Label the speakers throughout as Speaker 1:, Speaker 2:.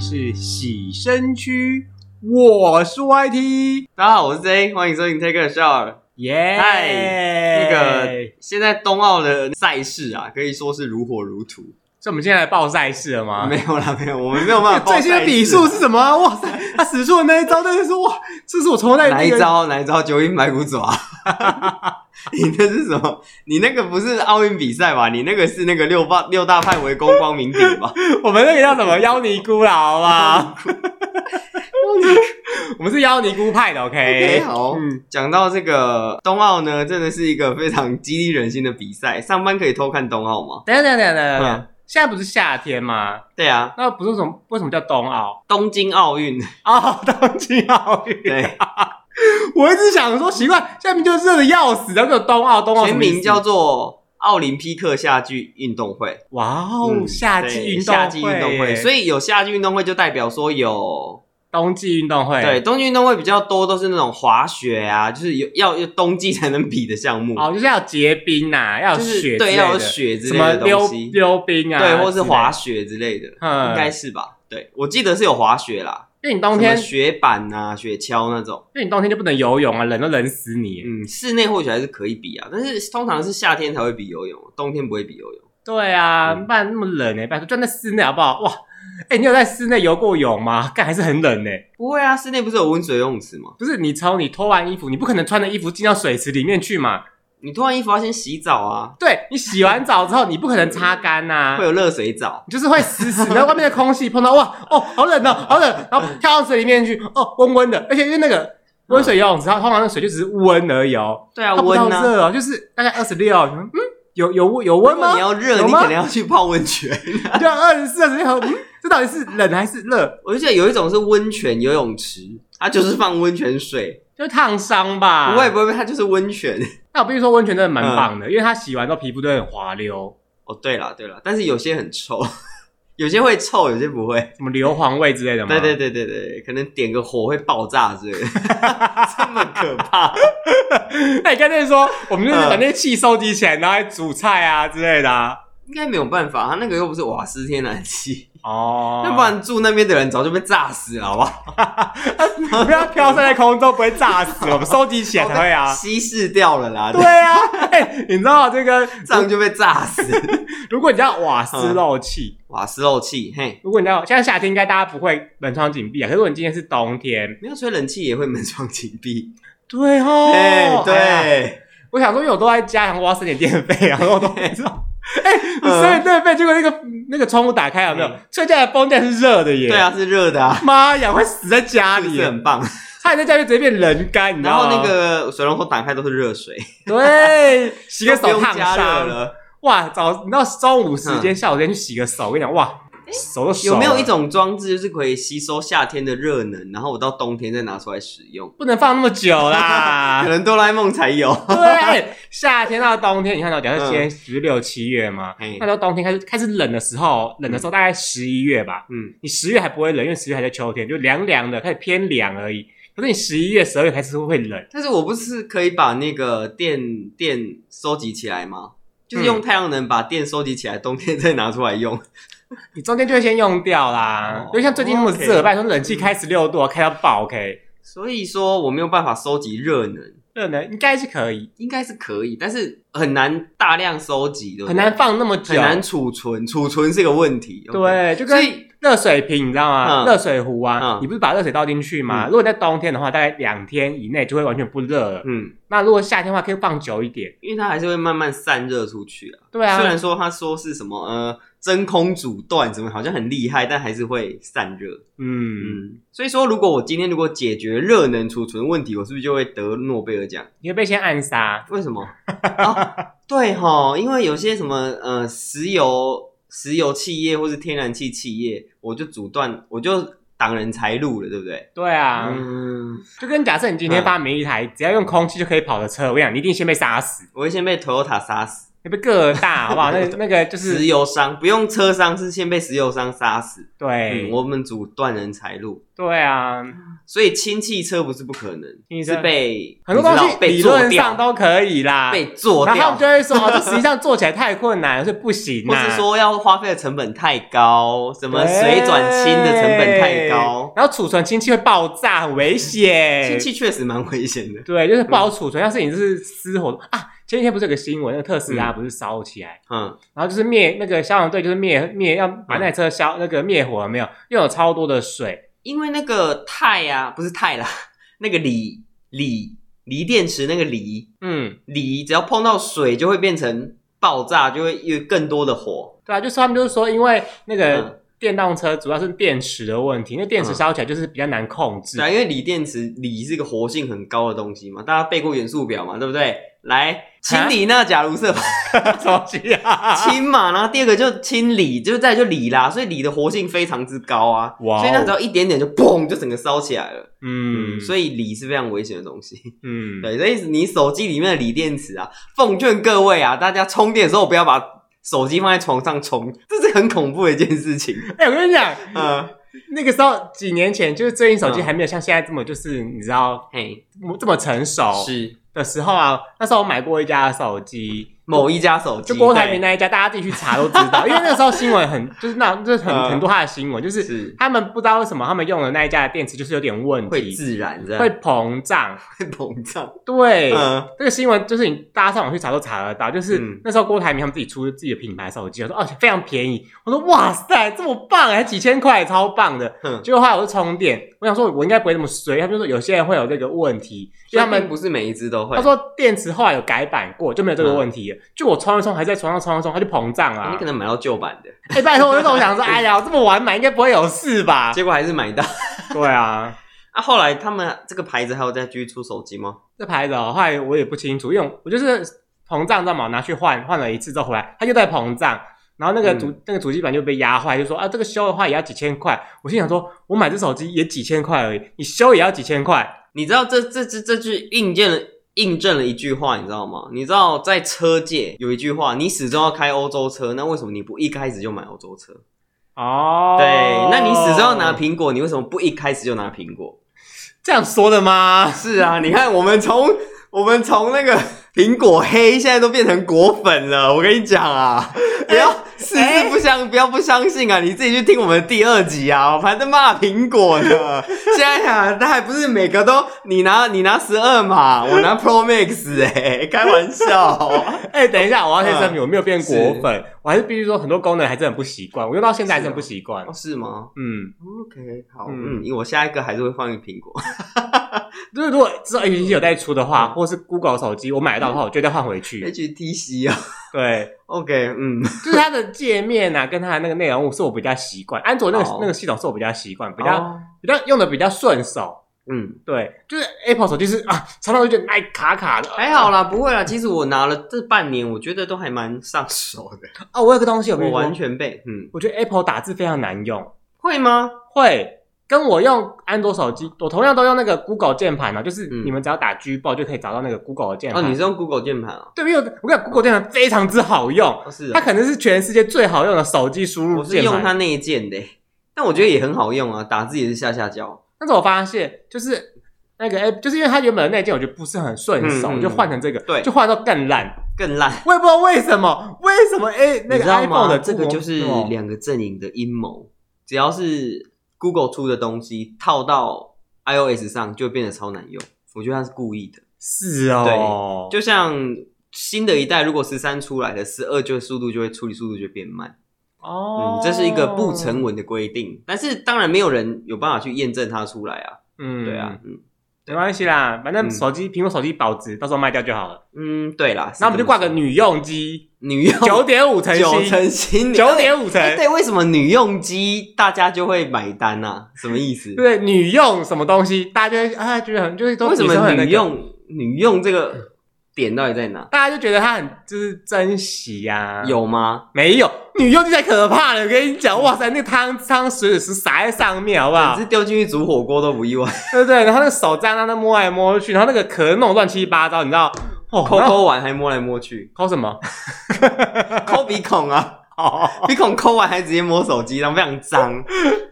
Speaker 1: 是洗身区，我是 YT，
Speaker 2: 大家好，我是 J，欢迎收听 Take a Shower。
Speaker 1: 耶、
Speaker 2: 嗨那个现在冬奥的赛事啊，可以说是如火如荼。
Speaker 1: 这我们现在来报赛事了吗？
Speaker 2: 没有啦，没有，我们没有办法报
Speaker 1: 啊 最新的
Speaker 2: 赛事
Speaker 1: 比数是什么啊？哇塞，他使出的那一招，但是说哇，这是我从来
Speaker 2: 哪一招？哪一招？九阴白骨爪？ 你那是什么？你那个不是奥运比赛吧？你那个是那个六八六大派围攻光明顶 吧？
Speaker 1: 我们那个叫什么妖尼姑啦，好 吧？我们是妖尼姑派的
Speaker 2: OK，
Speaker 1: ，OK？
Speaker 2: 好
Speaker 1: 嗯，
Speaker 2: 讲到这个冬奥呢，真的是一个非常激励人心的比赛。上班可以偷看冬奥吗？
Speaker 1: 等一下等一下等一下等一下
Speaker 2: 嗯，
Speaker 1: 现在不是夏天吗？
Speaker 2: 对啊，
Speaker 1: 那不是什么为什么叫冬奥？
Speaker 2: 东京 奥运，
Speaker 1: 哦，冬季奥运。
Speaker 2: 对，
Speaker 1: 我一直想说奇怪，下面就热的要死，然后就冬奥，冬奥什
Speaker 2: 全
Speaker 1: 么意思
Speaker 2: 名叫做奥林匹克夏季运动会。
Speaker 1: 哇哦，
Speaker 2: 嗯
Speaker 1: 夏
Speaker 2: 对
Speaker 1: 季运动
Speaker 2: 夏季运动会，所
Speaker 1: 以
Speaker 2: 以有夏季运动会就代表说有
Speaker 1: 冬季运动会
Speaker 2: 对冬季运动会比较多都是那种滑雪啊，就是有要有冬季才能比的项目，
Speaker 1: 哦，就是要结冰呐，要有
Speaker 2: 就是
Speaker 1: 雪之
Speaker 2: 对
Speaker 1: 类
Speaker 2: 要有
Speaker 1: 的
Speaker 2: 雪之
Speaker 1: 什
Speaker 2: 类
Speaker 1: 么
Speaker 2: 的东
Speaker 1: 溜
Speaker 2: 西，
Speaker 1: 溜冰啊，
Speaker 2: 对，或是滑
Speaker 1: 雪，
Speaker 2: 雪之类的，
Speaker 1: 嗯
Speaker 2: 应该是吧？对，我记得是有滑雪啦，
Speaker 1: 因为你
Speaker 2: 什
Speaker 1: 冬
Speaker 2: 么
Speaker 1: 天，
Speaker 2: 雪板啊、雪橇那种，
Speaker 1: 因为你冬天就不能游泳啊，冷都冷死你。
Speaker 2: 嗯，室内或许还是可以比啊，但是通常是夏天才会比游泳，冬天不会比游泳。
Speaker 1: 对啊，
Speaker 2: 嗯
Speaker 1: 不然那么冷呢，拜托，就在室内好不好？哇，哎，你有在室内游过泳吗？干还是很冷呢。欸
Speaker 2: 不会啊，室内不是有温水游泳池吗？
Speaker 1: 不是你从你脱完衣服，你不可能穿着衣服进到水池里面去嘛？
Speaker 2: 你脱完衣服要先洗澡啊，
Speaker 1: 对你洗完澡之后，你不可能擦干啊呐、
Speaker 2: 会有热水澡。
Speaker 1: 你就是会死死的，外面的空气碰到哇哦，好冷哦，好冷，然后跳到水里面去哦，温温的，而且因为那
Speaker 2: 嗯
Speaker 1: 个温水游泳池，它通常那水就只是温而已哦，
Speaker 2: 对啊，
Speaker 1: 它不到
Speaker 2: 温啊。
Speaker 1: 热哦，就是大概二十六，嗯，有有有温
Speaker 2: 如果
Speaker 1: 吗
Speaker 2: 你？要热，
Speaker 1: 有
Speaker 2: 你
Speaker 1: 吗
Speaker 2: 可能要去泡温泉。
Speaker 1: 就二十四、二十六，嗯，这到底是冷还是热？
Speaker 2: 我就记得有一种是温泉游泳池，它就是放温泉水，
Speaker 1: 就是烫伤吧？
Speaker 2: 不会不嗯会，它就是温泉。
Speaker 1: 那我必须说温泉真的蛮棒的，因为它洗完之后皮肤都会很滑溜，
Speaker 2: 哦，对了对了，但是有些很臭，有些会臭，有些不会。
Speaker 1: 什么硫磺味之类的嘛。
Speaker 2: 对对对对对，可能点个火会爆炸之类的，这么可怕。
Speaker 1: 那你刚才说，我们就是
Speaker 2: 嗯
Speaker 1: 把那些气收集起来，然后来煮菜啊之类的、啊。
Speaker 2: 应该没有办法，它那个又不是瓦斯天然气，
Speaker 1: 哦
Speaker 2: 要不然住那边的人早就被炸死了，好不好？
Speaker 1: 不要飘散在空中，不会炸死。我们收集起来才会啊。
Speaker 2: 稀释掉了啦，
Speaker 1: 对啊，哎、你知道这个？
Speaker 2: 这样就被炸死。
Speaker 1: 如果你叫瓦斯漏气，
Speaker 2: 瓦斯漏气，嘿，
Speaker 1: 如果你知道现在夏天应该大家不会门窗紧闭啊，可是如果你今天是冬天，
Speaker 2: 没有吹冷气也会门窗紧闭。
Speaker 1: 对哦，
Speaker 2: 哎、
Speaker 1: 哎呀，
Speaker 2: 对，
Speaker 1: 我想说，因为我都在家，然后我要省点电费啊，然后我都没道。 哎，我省点电费，结果那个那个窗户打开了没有
Speaker 2: 嗯？
Speaker 1: 吹进来的风竟然是热的耶！
Speaker 2: 对，啊，是热的啊，
Speaker 1: 妈呀，会死在家
Speaker 2: 是
Speaker 1: 里
Speaker 2: 不
Speaker 1: 耶
Speaker 2: 是，很棒。
Speaker 1: 差点在家就直接变人干，你知
Speaker 2: 然
Speaker 1: 道
Speaker 2: 后
Speaker 1: 吗？
Speaker 2: 那个水龙头打开都是热水，
Speaker 1: 对，洗个手
Speaker 2: 都不
Speaker 1: 烫
Speaker 2: 用加热
Speaker 1: 伤，
Speaker 2: 了。
Speaker 1: 哇，早你到中午时间、下午时间去洗个手，我跟你讲，哇，手都熟了
Speaker 2: 嗯有没有一种装置就是可以吸收夏天的热能，然后我到冬天再拿出来使用？
Speaker 1: 不能放那么久啦
Speaker 2: 可？能哆啦 A 梦才有。
Speaker 1: 对，哎夏天到冬天，你看到假设今天十六七月嘛，
Speaker 2: 嗯嘿
Speaker 1: 那到冬天开始开始冷的时候，冷的时候大概十一月吧，
Speaker 2: 嗯，
Speaker 1: 你十月还不会冷，因为十月还在秋天，就凉凉的，开始偏凉而已。可是你十一月、十二月开始会冷，
Speaker 2: 但是我不是可以把那个电电收集起来吗？就是
Speaker 1: 嗯
Speaker 2: 用太阳能把电收集起来，冬天再拿出来用。
Speaker 1: 你中间就会先用掉啦。
Speaker 2: 哦
Speaker 1: 因为像最近那么热，
Speaker 2: OK 嗯
Speaker 1: 拜托冷气开十六度，啊开到爆，OK，
Speaker 2: 所以说我没有办法收集热能，
Speaker 1: 热呢应该是可以，
Speaker 2: 应该是可以，但是很难大量收集，对不对
Speaker 1: 很难放那么久，
Speaker 2: 很难储存，储存是个问题。OK，
Speaker 1: 对，就
Speaker 2: 所
Speaker 1: 跟
Speaker 2: 以
Speaker 1: 热水瓶，你知道吗？
Speaker 2: 嗯
Speaker 1: 热水壶啊，
Speaker 2: 嗯
Speaker 1: 你不是把热水倒进去吗？
Speaker 2: 嗯
Speaker 1: 如果在冬天的话，大概两天以内就会完全不热了。
Speaker 2: 嗯，
Speaker 1: 那如果夏天的话，可以放久一点。
Speaker 2: 因为它还是会慢慢散热出去啊。
Speaker 1: 对
Speaker 2: 虽
Speaker 1: 啊，
Speaker 2: 然说他说是什么呃真空阻断什么，好像很厉害，但还是会散热。
Speaker 1: 嗯，
Speaker 2: 嗯，所以说如果我今天如果解决热能储存问题，我是不是就会得诺贝尔奖？
Speaker 1: 你会被先暗杀。
Speaker 2: 为什么？哦、对哈，因为有些什么呃石油石油企业或是天然气企业，我就阻断，我就挡人财路了，对不对？
Speaker 1: 对啊，
Speaker 2: 嗯，
Speaker 1: 就跟假设你今天
Speaker 2: 嗯
Speaker 1: 发明一台只要用空气就可以跑的车，我跟你讲，你一定先被杀死。
Speaker 2: 我会先被 Toyota 杀死。
Speaker 1: 你被个儿大好 不好？那个那个就
Speaker 2: 石
Speaker 1: 是
Speaker 2: 油商不用车商，是先被石油商杀死。嗯，
Speaker 1: 对
Speaker 2: 我们阻断人财路，
Speaker 1: 对啊，
Speaker 2: 所以氢气车不是不可能，
Speaker 1: 你
Speaker 2: 是
Speaker 1: 这
Speaker 2: 被
Speaker 1: 很多东
Speaker 2: 你知
Speaker 1: 西
Speaker 2: 道被
Speaker 1: 理
Speaker 2: 做
Speaker 1: 论上
Speaker 2: 掉，
Speaker 1: 都可以啦。
Speaker 2: 被做
Speaker 1: 然后他
Speaker 2: 掉
Speaker 1: 们就，会说，哦这实际上做起来太困难，所以不行啊
Speaker 2: 或
Speaker 1: 啦。
Speaker 2: 是说要花费的成本太高，什
Speaker 1: 什
Speaker 2: 么水转氢的成本太高，，
Speaker 1: 哎然后储存氢气会爆炸，很危险。
Speaker 2: 氢气确实蛮危险的。
Speaker 1: 对，就是不好储存。要是你就是失火啊，前几天不是有个新闻，那个特斯拉
Speaker 2: 嗯
Speaker 1: 不是烧起来，
Speaker 2: 嗯，
Speaker 1: 然后就是灭那个消防队就是灭灭要把那台车消、那个灭火了没有？又有超多的水，
Speaker 2: 因为那个钛啊，不是钛啦， 那个锂锂锂电池那个锂
Speaker 1: 嗯，
Speaker 2: 锂，只要碰到水就会变成爆炸，就会有更多的火。
Speaker 1: 对啊，就是他们就是说，因为那个。
Speaker 2: 嗯
Speaker 1: 电动车主要是电池的问题，因为电池
Speaker 2: 嗯
Speaker 1: 烧起来就是比较难控制。
Speaker 2: 对啊，因为锂电池锂是个活性很高的东西嘛，大家背过元素表嘛，对不对？来氢锂钠钾卢铯
Speaker 1: 啊
Speaker 2: 吧，
Speaker 1: 什么东西啊？
Speaker 2: 氢嘛，然后第二个就氢锂，就再来就锂啦，所以锂的活性非常之高啊，
Speaker 1: 哇哦
Speaker 2: 所以它只要一点点就砰就整个烧起来了。
Speaker 1: 嗯，
Speaker 2: 嗯，所以锂是非常危险的东西。
Speaker 1: 嗯，
Speaker 2: 对，所以你手机里面的锂电池啊，奉劝各位啊，大家充电的时候不要把手机放在床上充，这是很恐怖的一件 事情。
Speaker 1: 哎、我跟你讲，
Speaker 2: 嗯，
Speaker 1: 那个时候几年前，就是最近手机还没有像现在这么，就是你知道
Speaker 2: 嘿，
Speaker 1: 这么成熟
Speaker 2: 是
Speaker 1: 的时候啊，那时候我买过一家手机，
Speaker 2: 某一家手机，
Speaker 1: 就郭台铭
Speaker 2: 对
Speaker 1: 那一家，大家自己去查都知道，因为那时候新闻很就是那就是很、
Speaker 2: 嗯
Speaker 1: 很多他的新闻，就是
Speaker 2: 是
Speaker 1: 他们不知道为什么他们用的那一家的电池就是有点问
Speaker 2: 会
Speaker 1: 题，
Speaker 2: 自然这样
Speaker 1: 会膨胀，
Speaker 2: 会膨胀。
Speaker 1: 对。
Speaker 2: 嗯，
Speaker 1: 这个新闻就是你大家上网去查都查得到，就是
Speaker 2: 嗯
Speaker 1: 那时候郭台铭他们自己出自己的品牌手机，我说哦非常便宜，我说哇塞这么棒，还几千块，超棒的。
Speaker 2: 哼
Speaker 1: 结果后来我就充电，我想说我应该不会那么衰，他们就说有些人会有这个问题，因为
Speaker 2: 他
Speaker 1: 他们
Speaker 2: 们不是每一只都会
Speaker 1: 他。说电池后来有改版过就没有这个问题了，就我充一充还在床上充一充，它就膨胀了、
Speaker 2: 哦你可能买到旧版的，
Speaker 1: 哎、拜托，我那时候我想说， 哎呀，这么完满应该不会有事吧？
Speaker 2: 结果还是买到。
Speaker 1: 对啊，
Speaker 2: 啊，后来他们这个牌子还有再继续出手机吗？
Speaker 1: 这牌子哦，后来我也不清楚，因为我就是膨胀，知道吗？我拿去换，换了一次之后回来，它又在膨胀。然后那个
Speaker 2: 嗯
Speaker 1: 主、那个主机板就被压坏，就说啊，这个修的话也要几千块。我心想说，我买这手机也几千块而已，你修也要几千块。
Speaker 2: 你知道这这这这句印证了印证了一句话，你知道吗？你知道在车界有一句话，你始终要开欧洲车，那为什么你不一开始就买欧洲车？
Speaker 1: 哦，
Speaker 2: 对，那你始终要拿苹果，你为什么不一开始就拿苹果？
Speaker 1: 这样说的 吗？
Speaker 2: 是啊，你看我们从我们从那个苹果黑，现在都变成果粉了。我跟你讲啊，不要事事不相，不要不相信啊！你自己去听我们的第二集啊，我还在骂苹果呢。现在啊，那还不是每个都你拿你拿十二嘛，我拿 Pro Max 哎、开玩 笑。
Speaker 1: 哎、等一下，我要先声明，我没有变果
Speaker 2: 嗯是
Speaker 1: 粉，我还是必须说很多功能还真的不习惯，我用到现在还真的不习惯
Speaker 2: 哦，。是吗
Speaker 1: 嗯，
Speaker 2: 哦？OK，好，
Speaker 1: 嗯
Speaker 2: 嗯，我下一个还是会放一个苹果。
Speaker 1: 就是如果之后 HTC 有在出的话，
Speaker 2: 嗯
Speaker 1: 或是 Google 手机我买得到的话，我绝对换回 去。
Speaker 2: HTC 啊
Speaker 1: 对，
Speaker 2: ，OK，嗯，
Speaker 1: 就是它的界面啊，跟它的那个内容物是我比较习惯，安卓那个
Speaker 2: 好
Speaker 1: 那个系统是我比较习惯，比较、
Speaker 2: 哦
Speaker 1: 比较用的比较顺手。
Speaker 2: 嗯。
Speaker 1: 对，就是 Apple 手机是啊，常常就觉得哎卡卡 的。
Speaker 2: 还好啦，不会啦。其实我拿了这半年，我觉得都还蛮上手的。
Speaker 1: 啊，我有个东西有没
Speaker 2: 我
Speaker 1: 有
Speaker 2: 完
Speaker 1: 用？
Speaker 2: 全被嗯，
Speaker 1: 我觉得 Apple 打字非常难用，
Speaker 2: 会吗？
Speaker 1: 会跟我用安卓手机，我同样都用那个 Google 键盘呢、就是
Speaker 2: 嗯
Speaker 1: 你们只要打 G 报就可以找到那个 Google 的键
Speaker 2: 哦，
Speaker 1: 盘。
Speaker 2: 你是用 Google 键盘啊？
Speaker 1: 对，因为我我跟你讲 Google 键盘非常之好用，
Speaker 2: 哦，是
Speaker 1: 它
Speaker 2: 啊，
Speaker 1: 可能是全世界最好用的手机输入
Speaker 2: 我是
Speaker 1: 键
Speaker 2: 用它
Speaker 1: 盘。
Speaker 2: 那一键的，但我觉得也很好用啊，打字也是下下焦。
Speaker 1: 但是我发现就是那个 app，就是因为它原本的那件我觉得不是很顺手，
Speaker 2: 嗯嗯
Speaker 1: 我就换成这个，
Speaker 2: 对
Speaker 1: 就换到更烂。
Speaker 2: 更烂，
Speaker 1: 我也不知道为什么，为什么哎、那
Speaker 2: 你
Speaker 1: 个
Speaker 2: 知道
Speaker 1: iPhone
Speaker 2: 吗？
Speaker 1: 的
Speaker 2: 这个就是
Speaker 1: 触摸
Speaker 2: 两个阵营的阴谋，只要是 Google 出的东西套到 iOS 上，就变得超难用。我觉得它是故意的，
Speaker 1: 是哦，
Speaker 2: 就像新的一代，如果十三出来的，十二就速度就会处理速度就变慢。
Speaker 1: 哦
Speaker 2: 嗯，，这是一个不成文的规定，但是当然没有人有办法去验证它出来啊。
Speaker 1: 嗯
Speaker 2: 对啊，，嗯
Speaker 1: 没关系啦，反正
Speaker 2: 嗯
Speaker 1: 手机苹果手机保值，到时候卖掉就好了。
Speaker 2: 嗯，对啦，
Speaker 1: 那我们就挂个
Speaker 2: 是这么
Speaker 1: 女用 机，
Speaker 2: 说女用
Speaker 1: 九点五成
Speaker 2: 九
Speaker 1: 新，
Speaker 2: 成新
Speaker 1: 九点五成
Speaker 2: 哎，，对，为什么女用机大家就会买单啊？什么意思？
Speaker 1: 对，女用什么东西，大家就会啊觉得很就是都
Speaker 2: 为什
Speaker 1: 女生
Speaker 2: 么
Speaker 1: 很那
Speaker 2: 女
Speaker 1: 个
Speaker 2: 用女用这个点到底在哪？
Speaker 1: 大家就觉得他很就是珍惜呀、
Speaker 2: 有吗？
Speaker 1: 没有？女用就太可怕了，我跟你讲，哇塞，那个汤汤水是洒在上面，好不好
Speaker 2: 只？是丢进去煮火锅都不意外。
Speaker 1: 对不对？然后那个手这样让它摸来摸去，然后那个壳弄得乱七八糟，你知道？哦，
Speaker 2: 抠
Speaker 1: 那
Speaker 2: 抠完还摸来摸去，
Speaker 1: 抠什么？
Speaker 2: 抠鼻孔啊，
Speaker 1: 哦，
Speaker 2: 鼻孔抠完还直接摸手机，然后非 常脏。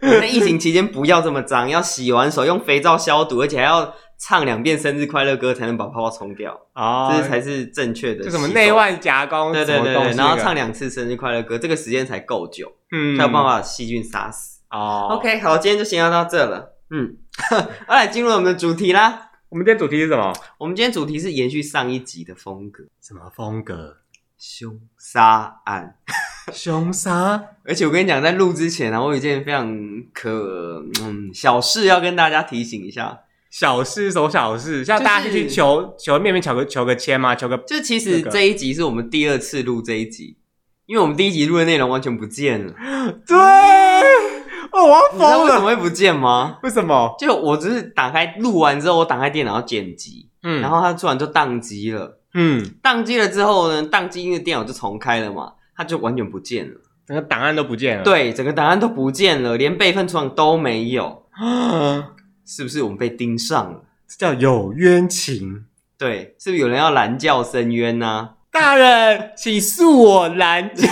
Speaker 2: 在疫情期间不要这么脏，要洗完手用肥皂消毒，而且还要唱两遍生日快乐歌才能把泡泡冲掉，
Speaker 1: 哦
Speaker 2: 这才是正确
Speaker 1: 就
Speaker 2: 的洗手。
Speaker 1: 什么内外夹攻，
Speaker 2: 对对
Speaker 1: 什么
Speaker 2: 对
Speaker 1: 东
Speaker 2: 对，
Speaker 1: 西
Speaker 2: 然后
Speaker 1: 的
Speaker 2: 唱，两次生日快乐歌，这个时间才够久，
Speaker 1: 嗯
Speaker 2: 才有办法细菌杀死。
Speaker 1: 哦。
Speaker 2: OK，好，今天就先要到这了。嗯， 好，来进入我们的主题啦。
Speaker 1: 我们今天主题是什么？
Speaker 2: 我们今天主题是延续上一集的风格，
Speaker 1: 什么风格？
Speaker 2: 凶杀案。
Speaker 1: 凶杀？
Speaker 2: 而且我跟你讲，在录之前啊，我有一件非常可嗯小事要跟大家提醒一下，
Speaker 1: 小事手小事，像
Speaker 2: 就是
Speaker 1: 大家是去求求面面求个求个签嘛，求个
Speaker 2: 就其实
Speaker 1: 这个
Speaker 2: 这一集是我们第二次录这一集，因为我们第一集录的内容完全不见了，
Speaker 1: 对，哦，我要
Speaker 2: 你知道
Speaker 1: 疯
Speaker 2: 为什么
Speaker 1: 了！
Speaker 2: 会不见吗？
Speaker 1: 为什么？
Speaker 2: 就我只是打开录完之后，我打开电脑要剪辑，
Speaker 1: 嗯
Speaker 2: 然后它突然就宕机了。
Speaker 1: 嗯，
Speaker 2: 宕机了之后呢，宕机因为电脑就重开了嘛，它就完全不见了。
Speaker 1: 整个档案都不见了。，
Speaker 2: 对，整个档案都不见了，连备份窗都没有，是不是我们被盯上了？
Speaker 1: 这叫有冤情。
Speaker 2: 对，是不是有人要拦轿申冤啊呢、
Speaker 1: 大人，请恕我拦轿，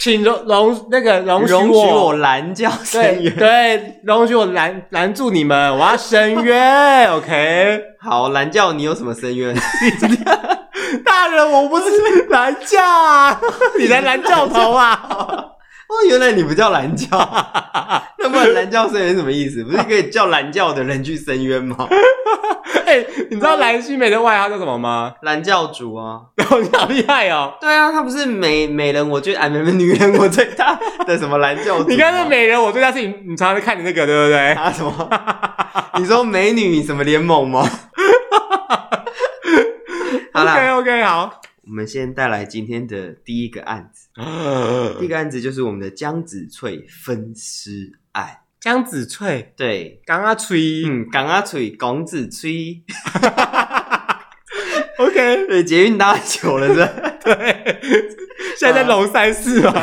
Speaker 1: 请 容容那个容许
Speaker 2: 容许
Speaker 1: 我
Speaker 2: 我拦轿申
Speaker 1: 对
Speaker 2: 冤。
Speaker 1: 对，容许我拦拦住你们，我要申冤，OK？
Speaker 2: 好，拦轿你有什么申冤？
Speaker 1: 大人，我不是拦轿啊， 你才拦教头啊！
Speaker 2: 哦，原来你不叫拦轿， 那不然拦轿申冤什么意思？不是可以叫拦轿的人去申冤 吗？
Speaker 1: 哎、你知
Speaker 2: 嗯
Speaker 1: 道蓝心湄的外号叫什么吗？
Speaker 2: 拦轿主啊，
Speaker 1: 哦你好厉害哦！
Speaker 2: 对啊，他不是美美人我最爱，美美女人我最大的什么拦轿主吗？
Speaker 1: 你看这美人，我最大是你，你常常看你那个，对不对？
Speaker 2: 啊什么？ 你说美女什么联盟吗？ 好
Speaker 1: OK
Speaker 2: 啦，
Speaker 1: OK，好。
Speaker 2: 我们先带来今天的第一个案子。第一个案子就是我们的江子翠分尸案。
Speaker 1: 江子翠，
Speaker 2: 对，
Speaker 1: 刚阿吹
Speaker 2: 嗯，港阿翠，港子翠，
Speaker 1: ，OK，
Speaker 2: 对，捷运搭久了是。
Speaker 1: 对，现在在龙山寺嘛。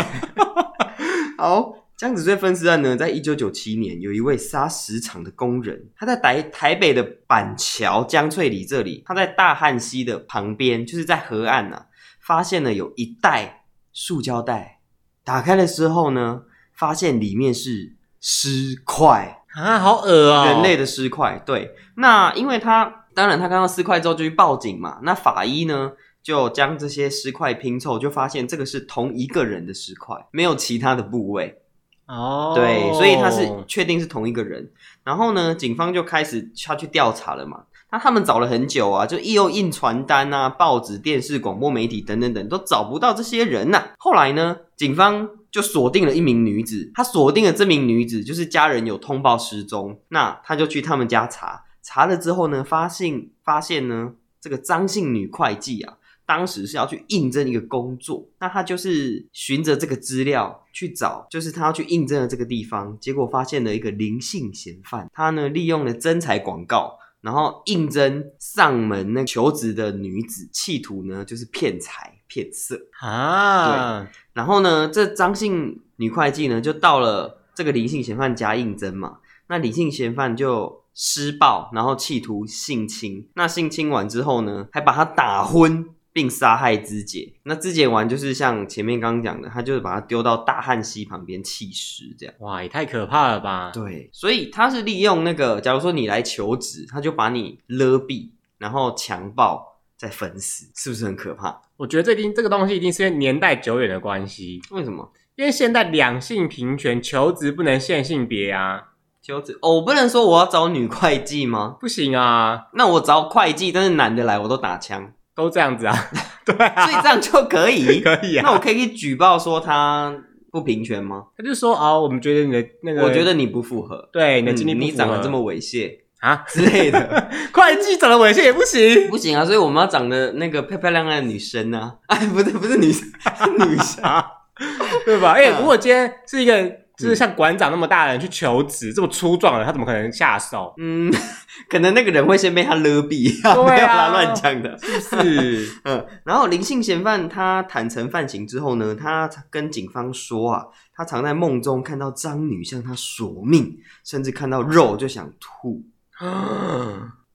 Speaker 2: 好，江子翠分尸案呢，在一九九七年，有一位砂石厂的工人，他在台台北的板桥江翠里这里，他在大汉溪的旁边，就是在河岸呐、啊，发现了有一袋塑胶袋，打开的时候呢，发现里面是尸块。
Speaker 1: 啊，好恶哦！
Speaker 2: 人类的尸块。对，那因为他当然他看到尸块之后就去报警嘛，那法医呢就将这些尸块拼凑，就发现这个是同一个人的尸块，没有其他的部位。
Speaker 1: 哦，
Speaker 2: 对，所以他是确定是同一个人。然后呢，警方就开始他去调查了嘛。那他们找了很久啊，就又印传单啊、报纸、电视、广播媒体等等等，都找不到这些人呐、后来呢，警方就锁定了一名女子，他锁定了这名女子，就是家人有通报失踪，那他就去他们家查，查了之后呢，发现发现呢，这个张姓女会计啊，当时是要去应征一个工作，那他就是循着这个资料去找，就是他要去应征的这个地方，结果发现了一个林姓嫌犯，他呢利用了征才广告，然后应征上门那求职的女子，企图呢就是骗财骗色。
Speaker 1: 啊，
Speaker 2: 然后呢，这张姓女会计呢就到了这个林姓嫌犯家应征嘛，那李姓嫌犯就施暴，然后企图性侵。那性侵完之后呢，还把他打昏并杀害肢解。那肢解完就是像前面刚刚讲的，他就是把他丢到大汉溪旁边弃尸这样。
Speaker 1: 哇，也太可怕了吧！
Speaker 2: 对，所以他是利用那个，假如说你来求职，他就把你勒毙，然后强暴再分尸，是不是很可怕？
Speaker 1: 我觉得这一定这个东西一定是因为年代久远的关系，
Speaker 2: 为什么？
Speaker 1: 因为现在两性平权，求职不能限性别啊，
Speaker 2: 求职哦，我不能说我要找女会计吗？
Speaker 1: 不行啊，
Speaker 2: 那我找会计，但是男的来我都打枪，
Speaker 1: 都这样子啊，对啊，
Speaker 2: 所以这样就可以。
Speaker 1: 可以啊。
Speaker 2: 那我可以举报说他不平权吗？
Speaker 1: 他就说哦，我们觉得你的那个，
Speaker 2: 我觉得你不符合，
Speaker 1: 对你的经历不
Speaker 2: 嗯
Speaker 1: 符合、
Speaker 2: 你长得这么猥亵
Speaker 1: 啊，
Speaker 2: 之类 的，
Speaker 1: 会计长得猥亵也不 行，
Speaker 2: 不行啊！所以我们要长得那个漂漂亮亮的女生啊， 哎，不对，不是女生，是女生。
Speaker 1: 对吧？哎、
Speaker 2: 嗯
Speaker 1: 如果今天是一个就是像馆长那么大的人去求职，这么粗壮的，他怎么可能下手？
Speaker 2: 嗯，可能那个人会先被他勒毙， 没有
Speaker 1: 啊
Speaker 2: 啦，乱讲的。
Speaker 1: 是不 是？
Speaker 2: 嗯，然后林姓嫌犯他坦诚犯行之后呢，他跟警方说啊，他常在梦中看到张女向他索命，甚至看到肉就想吐。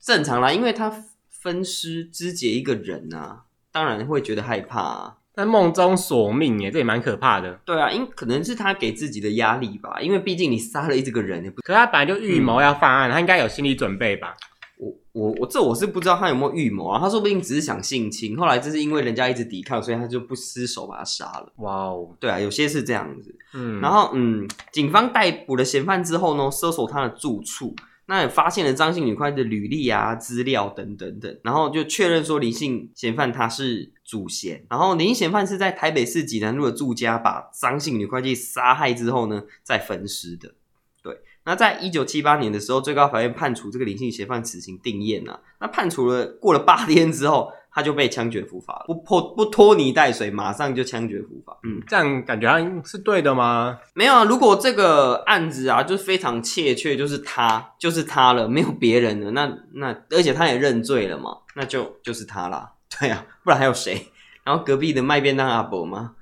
Speaker 2: 正常啦，因为他分尸肢解一个人啊，当然会觉得害怕啊。
Speaker 1: 但梦中索命耶，这也蛮可怕的。
Speaker 2: 对啊，因可能是他给自己的压力吧，因为毕竟你杀了一这个人，你不
Speaker 1: 可他本来就预谋要犯案，他应该有心理准备吧？
Speaker 2: 我我我这我是不知道他有没有预谋啊，他说不定只是想性侵，后来就是因为人家一直抵抗，所以他就不失手把他杀了。
Speaker 1: 哇哦，
Speaker 2: 对啊，有些是这样子。
Speaker 1: 嗯，
Speaker 2: 然后嗯，警方逮捕了嫌犯之后呢，搜索他的住处，那也发现了张姓女犯的履历啊、资料等等等，然后就确认说林姓嫌犯他是主嫌，然后林姓嫌犯是在台北市济南路的住家把张姓女会计杀害之后呢，再分尸的。对，那在一九七八年的时候，最高法院判处这个林姓嫌犯死刑定谳啊，那判处了过了八天之后。他就被枪决伏法了，不破不拖泥带水，马上就枪决伏法。嗯，
Speaker 1: 这样感觉他是对的吗？
Speaker 2: 没有啊，如果这个案子啊，就是非常切确，就是他，就是他了，没有别人了。那那而且他也认罪了嘛，那就就是他啦。 对啊，不然还有谁？然后隔壁的卖便当阿伯吗？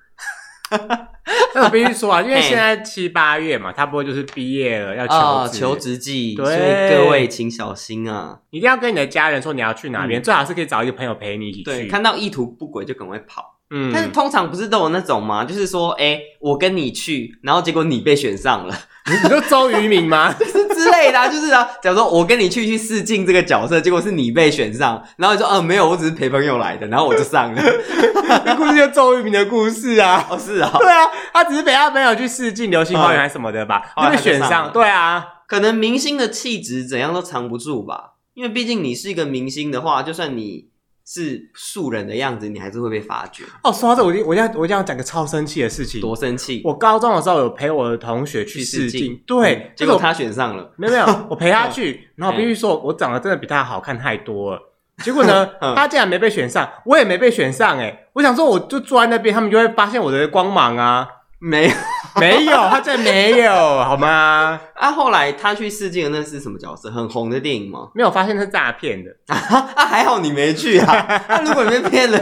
Speaker 1: 但我必须说啊，因为现在七八月嘛，他不会就是毕业了要
Speaker 2: 啊，
Speaker 1: 求职，
Speaker 2: 求职季，
Speaker 1: 对
Speaker 2: 所以各位请小心啊！
Speaker 1: 你一定要跟你的家人说你要去哪边，最好是可以找一个朋友陪你一起去。
Speaker 2: 嗯对，看到意图不轨就赶快跑。
Speaker 1: 嗯，
Speaker 2: 但是通常不是都有那种吗？就是说，哎、我跟你去，然后结果你被选上了。
Speaker 1: 你你说周渝民 吗？
Speaker 2: 是之类的、啊，就是啊，假如说我跟你去去试镜这个角色，结果是你被选上，然后你说啊没有，我只是陪朋友来的，然后我就上了。
Speaker 1: 这故事就周渝民的故事啊。
Speaker 2: 哦，是啊、
Speaker 1: 对啊，他只是陪他朋友去试镜《流星花园》还是什么的吧，
Speaker 2: 嗯
Speaker 1: 就被选
Speaker 2: 后来他就上了
Speaker 1: 上。对啊，
Speaker 2: 可能明星的气质怎样都藏不住吧，因为毕竟你是一个明星的话，就算你是素人的样子，你还是会被发觉，
Speaker 1: 哦，说到这，我一定我一定要我一定要讲个超生气的事情。
Speaker 2: 多生气。
Speaker 1: 我高中的时候有陪我的同学去试
Speaker 2: 去试镜嗯
Speaker 1: 镜，对，
Speaker 2: 结
Speaker 1: 就
Speaker 2: 果
Speaker 1: 是我
Speaker 2: 他哦选上了，
Speaker 1: 没有没 有，我陪他去，然后我必须说我长得真的比他好看太多 了。结果呢，
Speaker 2: 嗯
Speaker 1: 他竟然没被选上，我也没被选上、欸，我想说我就坐在那边，他们就会发现我的光芒啊，
Speaker 2: 没有
Speaker 1: 没有，他真的没有，好吗？
Speaker 2: 啊？后来他去试镜的那是什么角色？很红的电影吗？
Speaker 1: 没有发现是诈骗的，
Speaker 2: 啊，还好你没去啊！啊如果你被骗了。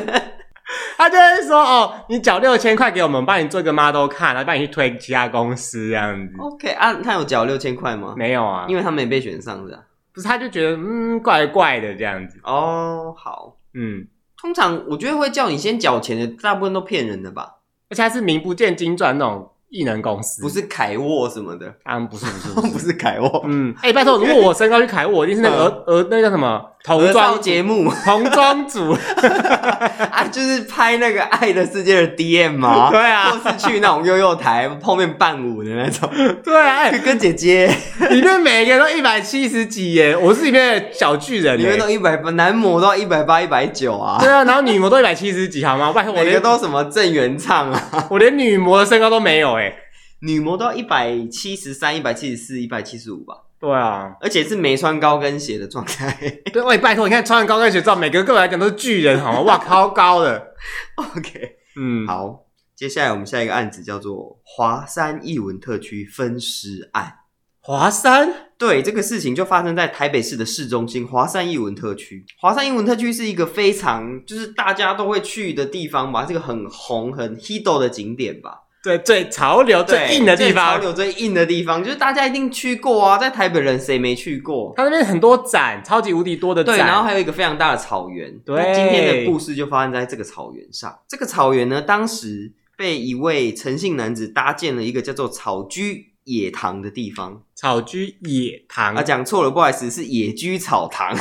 Speaker 1: 他就会说哦，你缴六千块给我们，帮你做一个 model 看，然后帮你去推其他公司这样子。
Speaker 2: OK 啊，他有缴六千块吗？
Speaker 1: 没哦有啊，因
Speaker 2: 因
Speaker 1: 为
Speaker 2: 为他没被选上的。啊
Speaker 1: 不是他就觉得嗯怪怪的这样子，
Speaker 2: 哦，好，
Speaker 1: 嗯，
Speaker 2: 通常我觉得会叫你先缴钱的，大部分都骗人的吧？
Speaker 1: 而且他是名不见经传那种艺能公司，
Speaker 2: 不是凯沃什么的，
Speaker 1: 他们不是不是 不是
Speaker 2: 不是凯沃，
Speaker 1: 嗯，哎、 拜托，如果我身高去凯沃，我一定是那个儿儿那个叫什么童
Speaker 2: 合照
Speaker 1: 装
Speaker 2: 节目
Speaker 1: 童装组，
Speaker 2: 啊，就是拍那个《爱的世界》的 DM 嘛，
Speaker 1: 对啊，
Speaker 2: 或是去那种幼幼台后面伴舞的那种，
Speaker 1: 对啊，哎、
Speaker 2: 跟姐姐
Speaker 1: 里面每个人都一百七十几耶，我是里面的小巨人
Speaker 2: 里
Speaker 1: 耶
Speaker 2: 面，都一百八，男模都一百八、一百九啊
Speaker 1: 对。啊，然后女模都一百七十几， 好吗？拜托，我
Speaker 2: 每个
Speaker 1: 连
Speaker 2: 都什么郑元畅啊，
Speaker 1: 我连女模的身高都没有哎，
Speaker 2: 女模都一百七十三、一百七十四、一百七十五吧，
Speaker 1: 对啊，
Speaker 2: 而且是没穿高跟鞋的状态。
Speaker 1: 对，喂，拜托，你看穿着高跟鞋照，每个个来讲都是巨人，好吗？ 哇，超高的，
Speaker 2: OK，
Speaker 1: 嗯，
Speaker 2: 好，接下来我们下一个案子叫做华山艺文特区分尸案。
Speaker 1: 华山，
Speaker 2: 对，这个事情就发生在台北市的市中心华山艺文特区。华山艺文特区是一个非常就是大家都会去的地方吧，这个很红很 hit 的景点吧，
Speaker 1: 对，最潮流、
Speaker 2: 对
Speaker 1: 最硬的地
Speaker 2: 最潮
Speaker 1: 方，
Speaker 2: 流最硬的地方，就是大家一定去过啊，在台北人谁没去过？
Speaker 1: 它那边很多展，超级无敌多的
Speaker 2: 对，
Speaker 1: 展，
Speaker 2: 然后还有一个非常大的草原。
Speaker 1: 对
Speaker 2: 那今天的故事就发生在这个草原上。这个草原呢，当时被一位陈姓男子搭建了一个叫做草居野堂的地方
Speaker 1: 草居野堂
Speaker 2: 啊，，讲错了，不好意思，是野哦居草堂。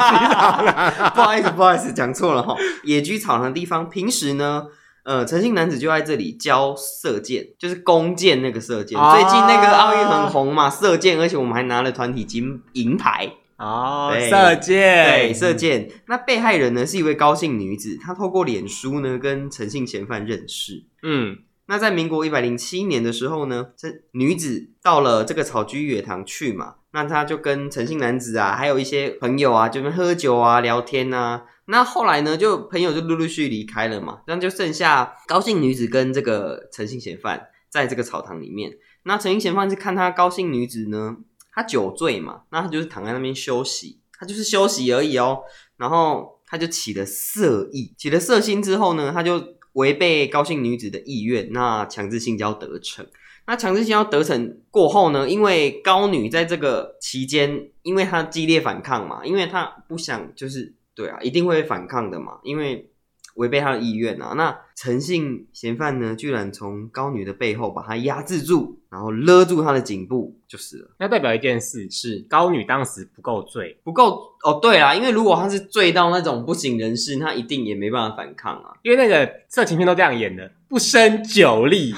Speaker 2: 不好意思，不好意思，讲错了哈。野居草堂的地方，平时呢，呃，陈姓男子就在这里教射箭，就是弓箭那个射箭。
Speaker 1: 啊
Speaker 2: 最近那个奥运很红嘛，射箭，而且我们还拿了团体金银牌。
Speaker 1: 哦，
Speaker 2: 对
Speaker 1: 射箭，
Speaker 2: 对，射箭。那被害人呢是一位高姓女子，她透过脸书呢跟陈姓嫌犯认识。
Speaker 1: 嗯，
Speaker 2: 那在民国一百零七年的时候呢，这女子到了这个草居野堂去嘛，那她就跟陈姓男子啊，还有一些朋友啊，就边喝酒啊、聊天啊。那后来呢，就朋友就陆陆续续离开了嘛，那就剩下高姓女子跟这个陈姓嫌犯在这个草堂里面。那陈姓嫌犯是看她高姓女子呢，她酒醉嘛，那她就是躺在那边休息，她就是休息而已哦。然后他就起了色意，起了色心之后呢，他就违背高姓女子的意愿，那强制性交得逞。那强制性交得逞过后呢，因为高女在这个期间，因为她激烈反抗嘛，因为她不想就是对啊，一定会反抗的嘛，因为违背他的意愿啊。那诚信嫌犯呢，居然从高女的背后把她压制住，然后勒住她的颈部，就是了。
Speaker 1: 那代表一件事，
Speaker 2: 是
Speaker 1: 高女当时不够醉，
Speaker 2: 不够哦，对啦，因为如果他是醉到那种不省人事，他一定也没办法反抗啊。
Speaker 1: 因为那个色情片都这样演的，不胜酒力。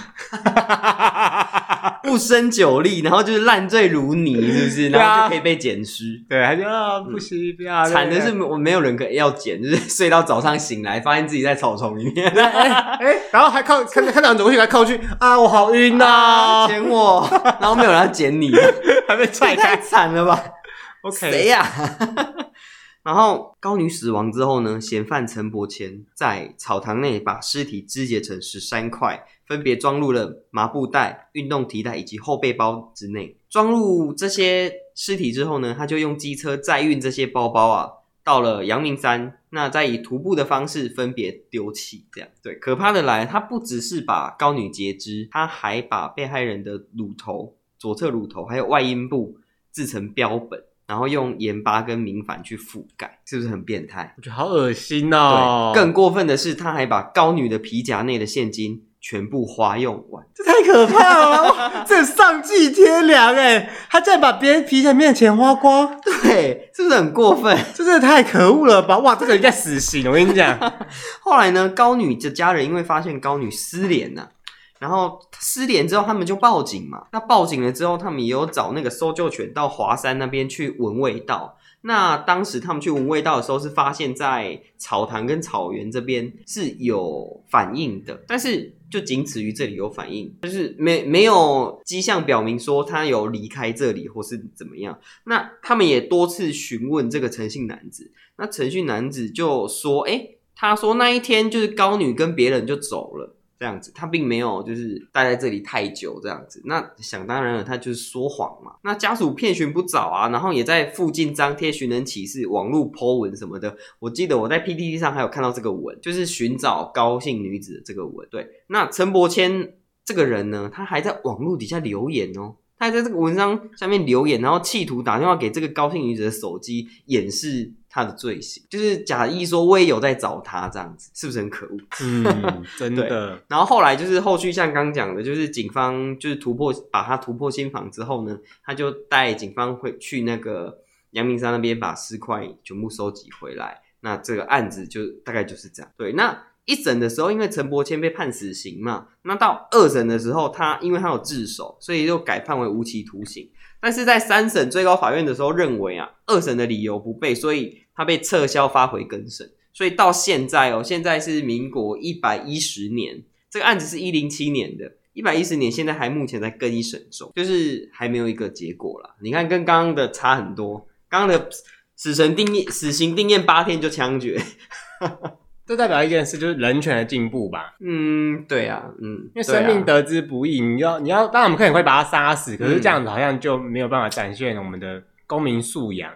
Speaker 2: 不胜酒力，然后就是烂醉如泥，是不是？
Speaker 1: 对啊
Speaker 2: 然后就可以被捡尸。
Speaker 1: 对，他就啊不行，不要。
Speaker 2: 惨的
Speaker 1: 对
Speaker 2: 是，我没有人可以要捡，就是 睡到早上醒来，发现自己在草丛里 面。
Speaker 1: 哎、然后还靠看看到人走过去，还靠去啊，我好晕呐、
Speaker 2: 啊，捡我，然后没有人要捡你，
Speaker 1: 还被
Speaker 2: 太
Speaker 1: 踹
Speaker 2: 太
Speaker 1: 开。
Speaker 2: 惨了吧？谁
Speaker 1: OK，
Speaker 2: 呀、 然后高女死亡之后呢，嫌犯陈伯谦在草堂内把尸体肢解成十三块，分别装入了麻布袋、运动提袋以及后背包之内。装入这些尸体之后呢，他就用机车载运这些包包啊，到了阳明山，那再以徒步的方式分别丢弃。这样对，可怕的来，他不只是把高女截肢，他还把被害人的乳头、左侧乳头还有外阴部制成标本。然后用盐巴跟明矾去覆盖，是不是很变态？
Speaker 1: 我觉得好恶心
Speaker 2: 对，
Speaker 1: 哦。
Speaker 2: 更过分的是，他还把高女的皮夹内的现金全部花用完。
Speaker 1: 这太可怕了吧，这丧尽天良哎、他竟然把别人皮夹面前花光，
Speaker 2: 对，是不是很过分？
Speaker 1: 这真的太可恶了吧！哇，这个应该死刑，我跟你讲。
Speaker 2: 后来呢，高女的家人因为发现高女失联了、然后失联之后他们就报警嘛。那报警了之后，他们也有找那个搜救犬到华山那边去闻味道。那当时他们去闻味道的时候，是发现在草堂跟草原这边是有反应的，但是就仅此于这里有反应，就是没没有迹象表明说他有离开这里或是怎么样。那他们也多次询问这个诚信男子，那程序男子就说：“哎、他说那一天就是高女跟别人就走了，这样子，他并没有就是待在这里太久这样子。那想当然了，他就是说谎嘛。那家属遍寻不着啊，然后也在附近张贴寻人启事、网络 po 文什么的。我记得我在 PTT 上还有看到这个文，就是寻找高姓女子的这个文。对，那陈伯谦这个人呢，他还在网络底下留言哦。”他还在这个文章下面留言，然后企图打电话给这个高姓女子的手机，掩饰她的罪行，就是假意说我也有在找她这样子，是不是很可恶？
Speaker 1: 嗯，真的，
Speaker 2: 然后后来就是后续像刚讲的，就是警方就是突破把他突破心房之后呢，他就带警方回去那个阳明山那边把尸块全部收集回来。那这个案子就大概就是这样。对，那一审的时候，因为陈伯谦被判死刑嘛，那到二审的时候，他因为他有自首，所以就改判为无期徒刑。但是在三审最高法院的时候认为啊，二审的理由不备，所以他被撤销发回更审。所以到现在哦，现在是民国一百一十年，这个案子是一零七年的，一百一十年现在还目前在更一审中，就是还没有一个结果啦。你看跟刚刚的差很多，刚刚的死神定验死刑定验八天就枪决，
Speaker 1: 这代表一件事，就是人权的进步吧。
Speaker 2: 嗯，对啊，嗯，
Speaker 1: 因为生命
Speaker 2: 对啊、
Speaker 1: 得之不易，你要你要，当然我们可能会把他杀死，可是这样子好像就没有办法展现我们的公民素养。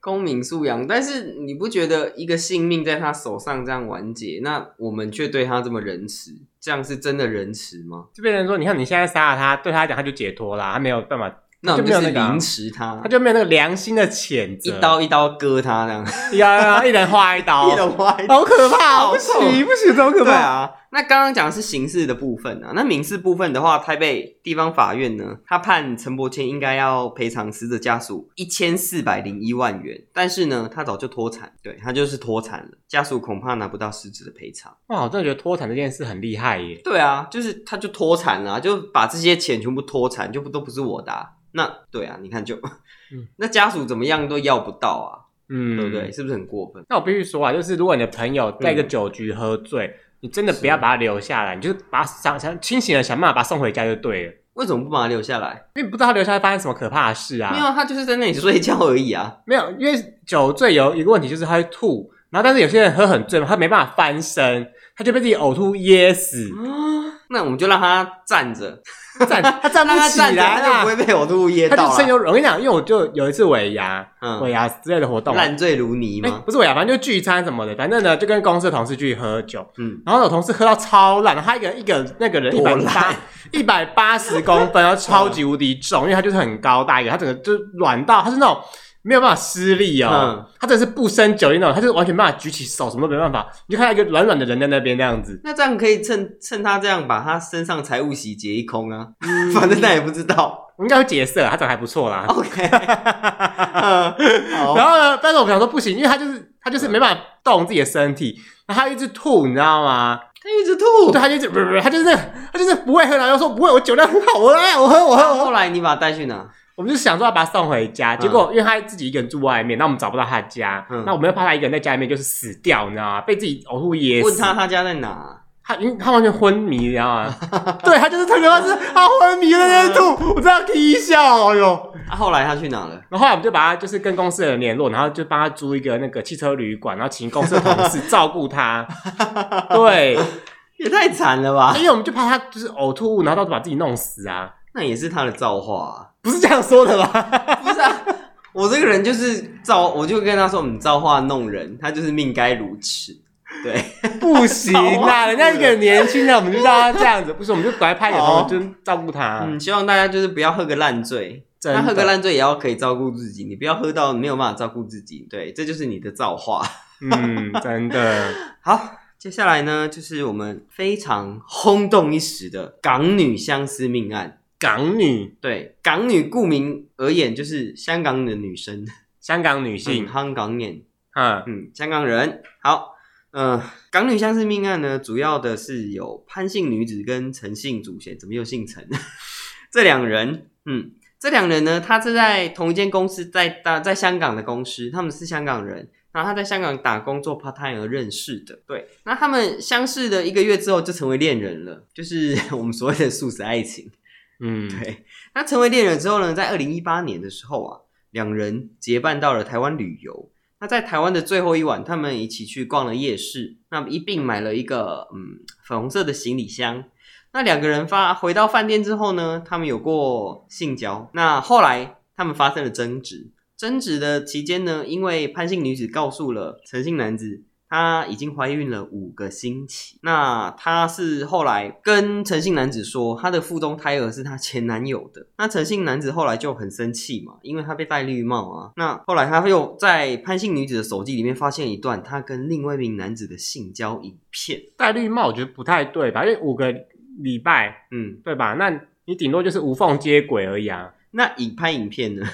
Speaker 2: 公民素养，但是你不觉得一个性命在他手上这样完结，那我们却对他这么仁慈，这样是真的仁慈吗？
Speaker 1: 就变成说，你看你现在杀了他，对他来讲他就解脱啦，他没有办法，
Speaker 2: 那我们
Speaker 1: 就没有
Speaker 2: 就是
Speaker 1: 那个啊
Speaker 2: 凌迟他
Speaker 1: 他，就没有那个良心的谴责，
Speaker 2: 一刀一刀割他这样。
Speaker 1: 呀，呀呀一人划一刀，
Speaker 2: 花
Speaker 1: 好可怕，
Speaker 2: 好
Speaker 1: 不
Speaker 2: 痛
Speaker 1: 行不行，好可
Speaker 2: 对
Speaker 1: 怕。
Speaker 2: 啊，那刚刚讲的是刑事的部分啊，那民事部分的话，台北地方法院呢，他判陈伯谦应该要赔偿死者家属一千四百零一万元，但是呢，他早就脱产，对他就是脱产了，家属恐怕拿不到实质的赔偿。
Speaker 1: 哇，我真的觉得脱产这件事很厉害耶。
Speaker 2: 对啊，就是他就脱产了啊、就把这些钱全部脱产，就不都不是我的啊、那对啊，你看就，
Speaker 1: 嗯
Speaker 2: 那家属怎么样都要不到
Speaker 1: 嗯，
Speaker 2: 啊，对不对？？嗯是不是很过分？
Speaker 1: 那我必须说啊，就是如果你的朋友在一个酒局喝醉，你真的不要把他留下来，你就是把他想想清醒的想办法把他送回家就对了。
Speaker 2: 为什么不把他留下来？
Speaker 1: 因为你不知道他留下来发生什么可怕的事
Speaker 2: 没
Speaker 1: 啊！
Speaker 2: 有啊，他就是在那里睡觉而已啊。
Speaker 1: 没有，因为酒醉有一个问题就是他会吐，然后但是有些人喝很醉嘛，他没办法翻身，他就被自己呕吐噎死，
Speaker 2: 嗯那我们就让他站着，
Speaker 1: 站 他站不
Speaker 2: 让他
Speaker 1: 起
Speaker 2: 站着，
Speaker 1: 来
Speaker 2: 他就
Speaker 1: 啦
Speaker 2: 不，会被呕吐物噎
Speaker 1: 他就
Speaker 2: 到
Speaker 1: 深
Speaker 2: 了。
Speaker 1: 有我跟你讲，因为我就有一次尾牙、尾
Speaker 2: 嗯，
Speaker 1: 牙之类的活动啊，
Speaker 2: 烂醉如泥
Speaker 1: 哎、
Speaker 2: 吗？
Speaker 1: 不是尾牙，反正就聚餐什么的，反正呢就跟公司的同事去喝酒，
Speaker 2: 嗯，
Speaker 1: 然后有同事喝到超烂，然后他一个一个那个人一
Speaker 2: 多
Speaker 1: 百
Speaker 2: 烂嗯
Speaker 1: 八 一百八十公分，然后超级无敌重，因为他就是很高大一个，他整个就是软到他是那种没有办法施力哦
Speaker 2: 嗯，
Speaker 1: 他真的是不胜酒力那种，他就是完全没办法举起手，什么都没办法，你就看到一个软软的人在那边那样子，
Speaker 2: 那这样可以趁趁他这样把他身上财务洗劫一空啊，反正他也不 知道。
Speaker 1: 我应该会劫色啊，他长得还不错啦。
Speaker 2: OK，嗯好，
Speaker 1: 然后呢，但是我想说不行，因为他就是他就是没办法动自己的身体，然后他一直吐，你知道吗？
Speaker 2: 他一直吐
Speaker 1: 对，。他就是不不不，他就是那个他就是不会喝，然后又说不会，我酒量很好，我来我喝我喝
Speaker 2: 那
Speaker 1: 我喝
Speaker 2: 后。来你把他带去哪？
Speaker 1: 我们就想说要把他送回家，结果因为他自己一个人住外面，那我们找不到他家，
Speaker 2: 嗯
Speaker 1: 那我们又怕他一个人在家里面就是死掉，你知道吗？被自己呕吐噎
Speaker 2: 问
Speaker 1: 死。
Speaker 2: 他他家在哪？
Speaker 1: 他因为他完全昏迷，你知道吗？ 对他就是特别怕是他昏迷在那边吐，我真的要踢笑，哎呦！
Speaker 2: 啊，后来他去哪了？
Speaker 1: 然后后来我们就把他就是跟公司的人联络，然后就帮他租一个那个汽车旅馆，然后请公司的同事照顾 他。对，
Speaker 2: 也太惨了吧！
Speaker 1: 因为我们就怕他就是呕吐物，然后到时候把自己弄死啊，
Speaker 2: 那也是他的造化、
Speaker 1: 不是这样说的吧？
Speaker 2: 啊，不是啊？我这个人就是造，我就跟他说，你造化弄人，他就是命该如此。对，
Speaker 1: 不行
Speaker 2: 好
Speaker 1: 啊，人家一个年轻的，我们就让他这样子，不是，我们就赶快拍点
Speaker 2: 好
Speaker 1: 头，就照顾他。
Speaker 2: 嗯，希望大家就是不要喝个烂醉。
Speaker 1: 啊真
Speaker 2: 那喝个
Speaker 1: 的，
Speaker 2: 烂醉也要可以照顾自己，你不要喝到没有办法照顾自己。对，这就是你的 造化。
Speaker 1: 嗯，真的，
Speaker 2: 好，接下来呢，就是我们非常轰动一时的港女相思命案。
Speaker 1: 港女，
Speaker 2: 对，港女顾名而言就是香港的女生，
Speaker 1: 香港女性
Speaker 2: 嗯，，香港人，
Speaker 1: 嗯
Speaker 2: 嗯，香港人。好，呃，港女相思命案呢，主要的是有潘姓女子跟陈姓祖先，怎么又姓陈？ 这两人，嗯，这两人呢，他是在同一间公司，在大在香港的公司，他们是香港人，然后他在香港打工做 part time 而认识的。对，那他们相识的一个月之后就成为恋人了，就是 我们所谓的素食爱情。
Speaker 1: 嗯，
Speaker 2: 对，那成为恋人之后呢，在二零一八年的时候啊，两人结伴到了台湾旅游。那在台湾的最后一晚，他们一起去逛了夜市，那么一并买了一个嗯粉红色的行李箱。那两个人发回到饭店之后呢，他们有过性交。那后来他们发生了争执，争执的期间呢，因为潘姓女子告诉了陈姓男子，她已经怀孕了五个星期。那她是后来跟陈姓男子说，她的腹中胎儿是她前男友的。那陈姓男子后来就很生气嘛，因为他被戴绿帽啊。那后来他又在潘姓女子的手机里面发现一段她跟另外一名男子的性交影片。
Speaker 1: 戴绿帽我觉得不太对吧？因为五个礼拜，
Speaker 2: 嗯，
Speaker 1: 对吧？那你顶多就是无缝接轨而已啊。
Speaker 2: 那影拍影片呢？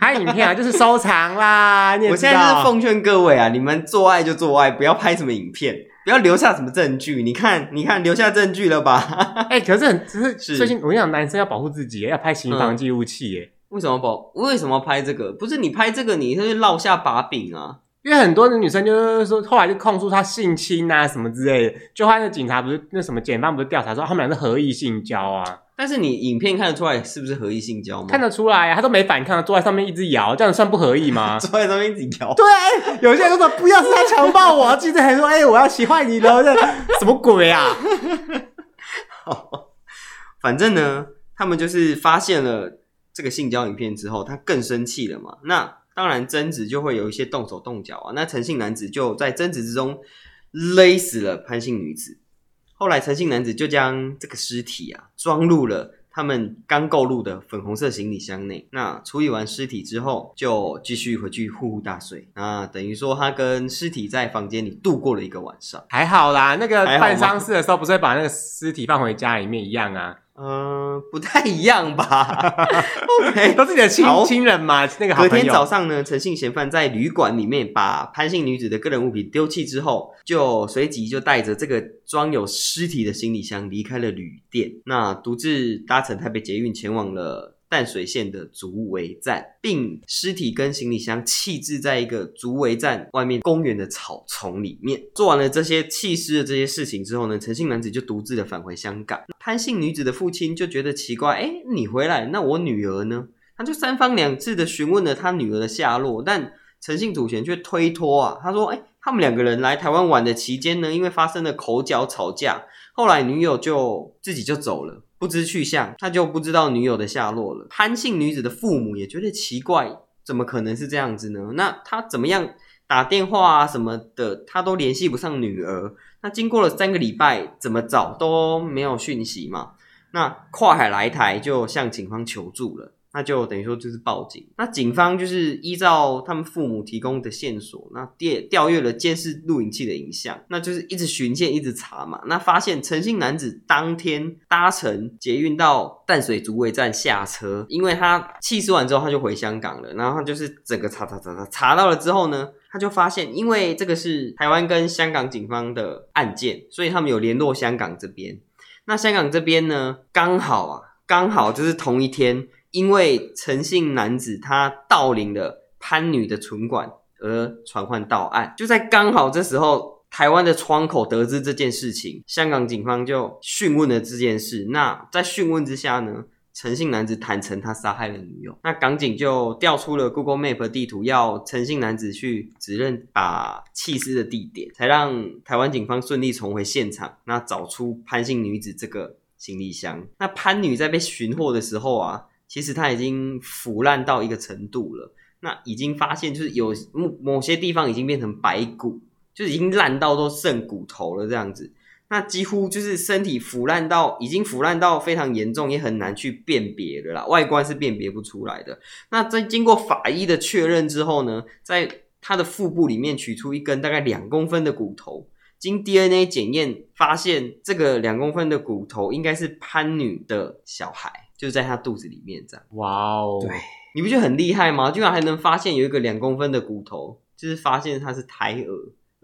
Speaker 1: 拍影片啊， 就是收藏啦，你也
Speaker 2: 我
Speaker 1: 知
Speaker 2: 现在就是
Speaker 1: 道。
Speaker 2: 奉劝各位啊，你们做爱就做爱，不要拍什么影片，不要留下什么证据。你看，你看，留下证据了吧？
Speaker 1: 哎，可是很，只
Speaker 2: 是
Speaker 1: 是嗯最近我跟你讲，男生要保护自己，要拍行房记录器，耶。
Speaker 2: 为什么保？为什么拍这个？不是你拍这个，你是落下把柄啊！
Speaker 1: 因为很多的女生就是说，后来就控诉他性侵啊什么之类的，就后来那警察不是那什么检方不是调查说他们俩是合意性交啊，
Speaker 2: 但是你影片看得出来是不是合意性交吗？？
Speaker 1: 看得出来啊，他都没反抗，坐在上面一直摇，这样算不合意吗
Speaker 2: 出来上面一直 摇，
Speaker 1: 对啊，哎有些人都说不要是他强暴我，记者还说哎、我要喜欢你了，这什么鬼啊？
Speaker 2: 反正呢，他们就是发现了这个性交影片之后，他更生气了嘛。那当然争执就会有一些动手动脚啊。那陈姓男子就在争执之中勒死了潘姓女子。后来陈姓男子就将这个尸体啊装入了他们刚购入的粉红色行李箱内。那处理完尸体之后，就继续回去呼呼大睡。那等于说他跟尸体在房间里度过了一个晚上。
Speaker 1: 还好啦，那个
Speaker 2: 还好吗
Speaker 1: 办丧事的时候不是会把那个尸体放回家里面一样啊，
Speaker 2: 嗯、不太一 样吧？OK，
Speaker 1: 都是你的亲
Speaker 2: 好
Speaker 1: 亲人嘛，那个好
Speaker 2: 隔
Speaker 1: 朋
Speaker 2: 天早
Speaker 1: 友，
Speaker 2: 上呢，陈姓嫌犯在旅馆里面把潘姓女子的个人物品丢弃之后，就随即就带着这个装有尸体的行李箱离开了旅店，那独自搭乘台北捷运前往了。淡水县的竹围站，并尸体跟行李箱弃置在一个竹围站外面公园的草丛里面。做完了这些弃尸的这些事情之后呢，陈姓男子就独自的返回香港。潘姓女子的父亲就觉得奇怪，哎，你回来，那我女儿呢？他就三番两次的询问了他女儿的下落，但陈姓主权却推脱啊，他说：“哎、他们两个人来台湾玩的期间呢，因为发生了口角吵架，后来女友就自己就走了，不知去向，他就不知道女友的下落了。”潘姓女子的父母也觉得奇怪，怎么可能是这样子呢？那他怎么样打电话啊什么的，他都联系不上女儿。那经过了三个礼拜，怎么找都没有讯息嘛。那跨海来台就向警方求助了。那就等于说就是报警。那警方就是依照他们父母提供的线索，那调调阅了监视录影器的影像，那就是一直巡线，一直查嘛。那发现陈姓男子当天搭乘捷运到淡水竹围站下车，因为他弃尸完之后他就回香港了，然后他就是整个查查查查查到了之后呢，他就发现，因为这个是台湾跟香港警方的案件，所以他们有联络香港这边。那香港这边呢，刚好啊，刚好就是同一天，因为陈姓男子他盗领了潘女的存款而传唤到案，就在刚好这时候。台湾的窗口得知这件事情，香港警方就讯问了这件事。那在讯问之下呢，陈姓男子坦承他杀害了女友，那港警就调出了 Google Map 地图，要陈姓男子去指认把弃尸的地点，才让台湾警方顺利重回现场，那找出潘姓女子这个行李箱。那潘女在被寻获的时候啊，其实她已经腐烂到一个程度了，那已经发现就是有某某些地方已经变成白骨，就已经烂到都剩骨头了这样子。那几乎就是身体腐烂到已经腐烂到非常严重，也很难去辨别的啦，外观是辨别不出来的。那在经过法医的确认之后呢，在他的腹部里面取出一根大概两公分的骨头，经 DNA 检验发现这个两公分的骨头应该是潘女的小孩，就在她肚子里面这样。
Speaker 1: 哇哦，
Speaker 2: 对你不觉得很厉害吗？居然还能发现有一个两公分的骨头，就是发现她是胎儿，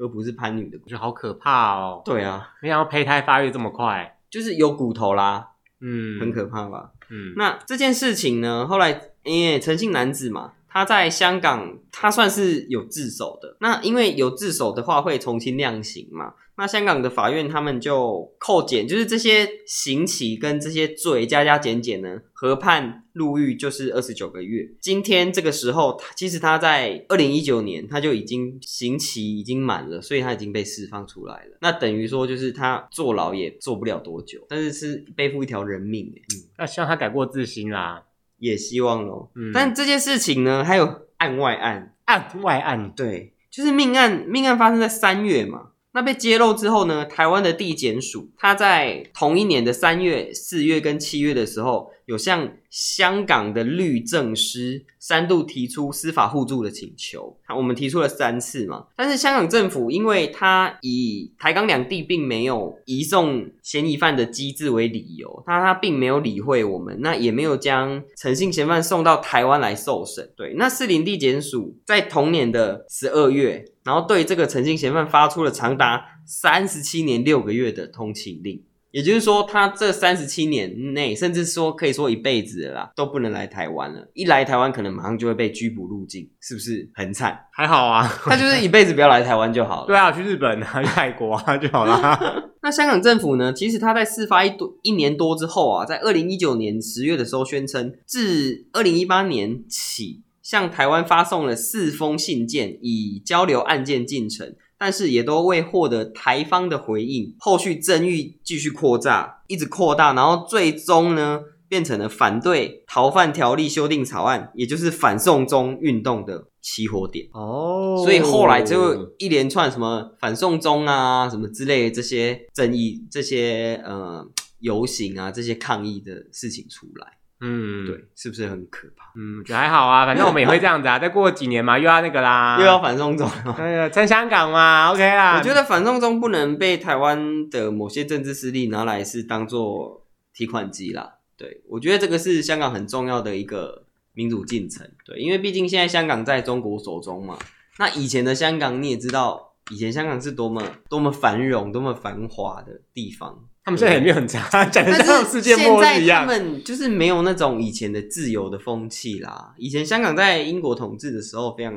Speaker 2: 而不是潘女的骨
Speaker 1: 我
Speaker 2: 头。
Speaker 1: 觉得好可怕哦。
Speaker 2: 对啊，
Speaker 1: 没想到胚胎发育这么快，
Speaker 2: 就是有骨头啦，
Speaker 1: 嗯，
Speaker 2: 很可怕吧？
Speaker 1: 嗯，
Speaker 2: 那这件事情呢，后来因为陈姓男子嘛，他在香港他算是有自首的。那因为有自首的话会从轻量刑嘛，那香港的法院他们就扣减，就是这些刑期跟这些罪加加减减呢，合判入狱就是二十九个月。今天这个时候，他其实他在二零一九年他就已经刑期已经满了，所以他已经被释放出来了。那等于说就是他坐牢也坐不了多久，但是是背负一条人命、欸。
Speaker 1: 那希望他改过自新啦。
Speaker 2: 也希望咯。
Speaker 1: 嗯
Speaker 2: 但这件事情呢，还有案外案，
Speaker 1: 案外案，
Speaker 2: 对，就是命案，命案发生在三月嘛。那被揭露之后呢，台湾的地检署，它在同一年的三月、四月跟七月的时候，有向香港的律政司三度提出司法互助的请求。啊我们提出了三次嘛，但是香港政府因为它以台港两地并没有移送嫌疑犯的机制为理由，那它并没有理会我们，那也没有将陈姓嫌犯送到台湾来受审。对，那士林地检署在同年的十二月，然后对这个陈姓嫌犯发出了长达三十七年六个月的通缉令。也就是说，他这三十七年内，甚至说可以说一辈子了啦，都不能来台湾了。一来台湾，可能马上就会被拘捕入境，是不是很惨？
Speaker 1: 还好啊。
Speaker 2: 他就是一辈子不要来台湾就好了。
Speaker 1: 对啊，去日本啊，去 泰国啊就好啦。
Speaker 2: 那香港政府呢？其实他在事发一多一年多之后啊，在二零一九年十月的时候宣称，自二零一八年起，向台湾发送了四封信件，以交流案件进程，但是也都未获得台方的回应。后续争议继续扩大，一直扩大，然后最终呢，变成了反对逃犯条例修订草案，也就是反送中运动的起火点。
Speaker 1: 哦
Speaker 2: 所以后来就一连串什么反送中啊、什么之类的这些争议、这些呃游行啊、这些抗议的事情出来，
Speaker 1: 嗯，
Speaker 2: 对，，是不是很可怕？
Speaker 1: 嗯，我觉得还好啊，反正我们也会这样子啊。 再过几年嘛，又要那个啦，
Speaker 2: 又要反送中了。
Speaker 1: 那个在香港嘛，OK 啦。
Speaker 2: 我觉得反送中不能被台湾的某些政治势力拿来是当做提款机啦。对，我觉得这个是香港很重要的一个民主进程。对，因为毕竟现在香港在中国手中嘛。那以前的香港你也知道，以前香港是多么多么繁荣、多么繁华的地方。
Speaker 1: 他们现在也没有 很差，讲的
Speaker 2: 但
Speaker 1: 像
Speaker 2: 是
Speaker 1: 世界末日一
Speaker 2: 现在他
Speaker 1: 样。
Speaker 2: 们就是没有那种以前的自由的风气啦。以前香港在英国统治的时候非常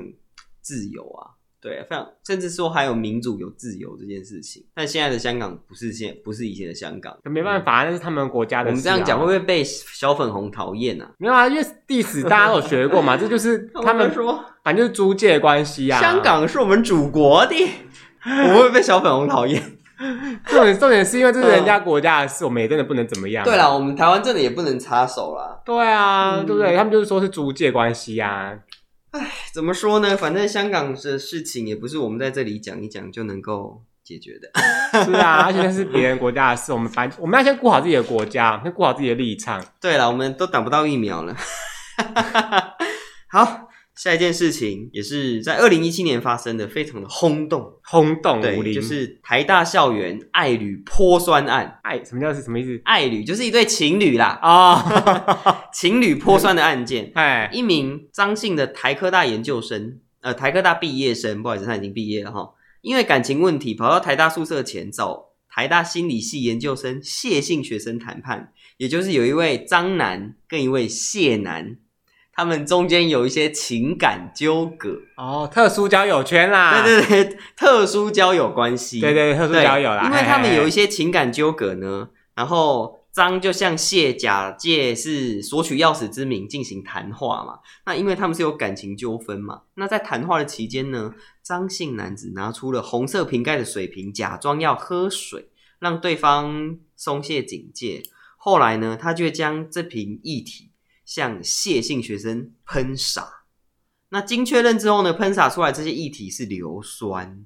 Speaker 2: 自由啊，对啊，非常甚至说还有民主有自由这件事情。但现在的香港不是现不是以前的香港，
Speaker 1: 没办法，那是他们国家的、啊
Speaker 2: 我们这样讲会不会被小粉红讨厌啊？
Speaker 1: 没有啊？因为历史大家都有学过 嘛，这就是他们
Speaker 2: 说
Speaker 1: 反正就是租借关系啊。
Speaker 2: 香港是我们祖国的，我们会被小粉红讨厌。
Speaker 1: 重点重点是因为这是人家国家的事，我们也真的不能怎么样、啊
Speaker 2: 对了，，我们台湾真的也不能插手啦。
Speaker 1: 对啊，
Speaker 2: 嗯
Speaker 1: 对不对？他们就是说是租借关系啊。
Speaker 2: 怎么说呢？反正香港的事情也不是我们在这里讲一讲就能够解决的。
Speaker 1: 是 啊，而且那是别人国家的事，我们反我们要先顾好自己的国家，先顾好自己的立场。
Speaker 2: 对了，我们都打不到疫苗了。 好，下一件事情也是在二零一七年发生的，非常的轰动。
Speaker 1: 轰动武
Speaker 2: 对，
Speaker 1: 林，
Speaker 2: 就是台大校园爱侣泼酸案。
Speaker 1: 爱哎什么叫是什么意思
Speaker 2: 爱侣就是一对情侣啦，
Speaker 1: 啊？
Speaker 2: 情侣泼酸的案件。
Speaker 1: 哎，
Speaker 2: 一名张姓的台科大研究生，呃，台科大毕业生，不好意思，他已经毕业了哈。因为感情问题，跑到台大宿舍前找台大心理系研究生谢姓学生谈判，也就是有一位张男跟一位谢男，他们中间有一些情感纠葛，
Speaker 1: 哦，特殊交友圈啦，
Speaker 2: 对对对，特殊交友关系，
Speaker 1: 对对，特殊
Speaker 2: 对
Speaker 1: 交友啦，
Speaker 2: 因为他们有一
Speaker 1: 些
Speaker 2: 些情感纠葛呢，然后张就向谢假借是索取钥匙之名进行谈话嘛。那因为他们是有感情纠纷嘛，那在谈话的期间呢，张姓男子拿出了红色瓶盖的水瓶，假装要喝水，让对方松懈警戒。后来呢，他却将这瓶液体向谢姓学生喷洒。那经确认之后呢，喷洒出来这些液体是硫酸。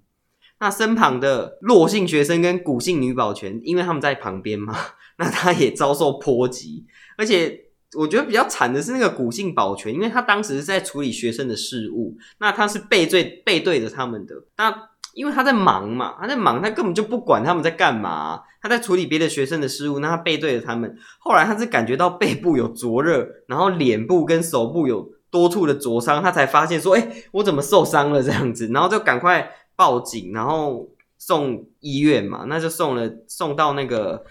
Speaker 2: 那身旁的骆姓学生跟古姓女保全，因为他们在旁边嘛， 那他也遭受波及。而且我觉得比较惨的是那个古姓保全，因为他当时是在处理学生的事务，那他是背对背对着他们的。那因为他在忙嘛，他在忙，他根本就不管他们在干嘛、他在处理别的学生的事务，那他背对着他们。后来他是感觉到背部有灼热，然后脸部跟手部有多处的灼伤，他才发现说：“哎、我怎么受伤了？”这样子，然后就赶快报警，然后送医院嘛，那就送了送到那个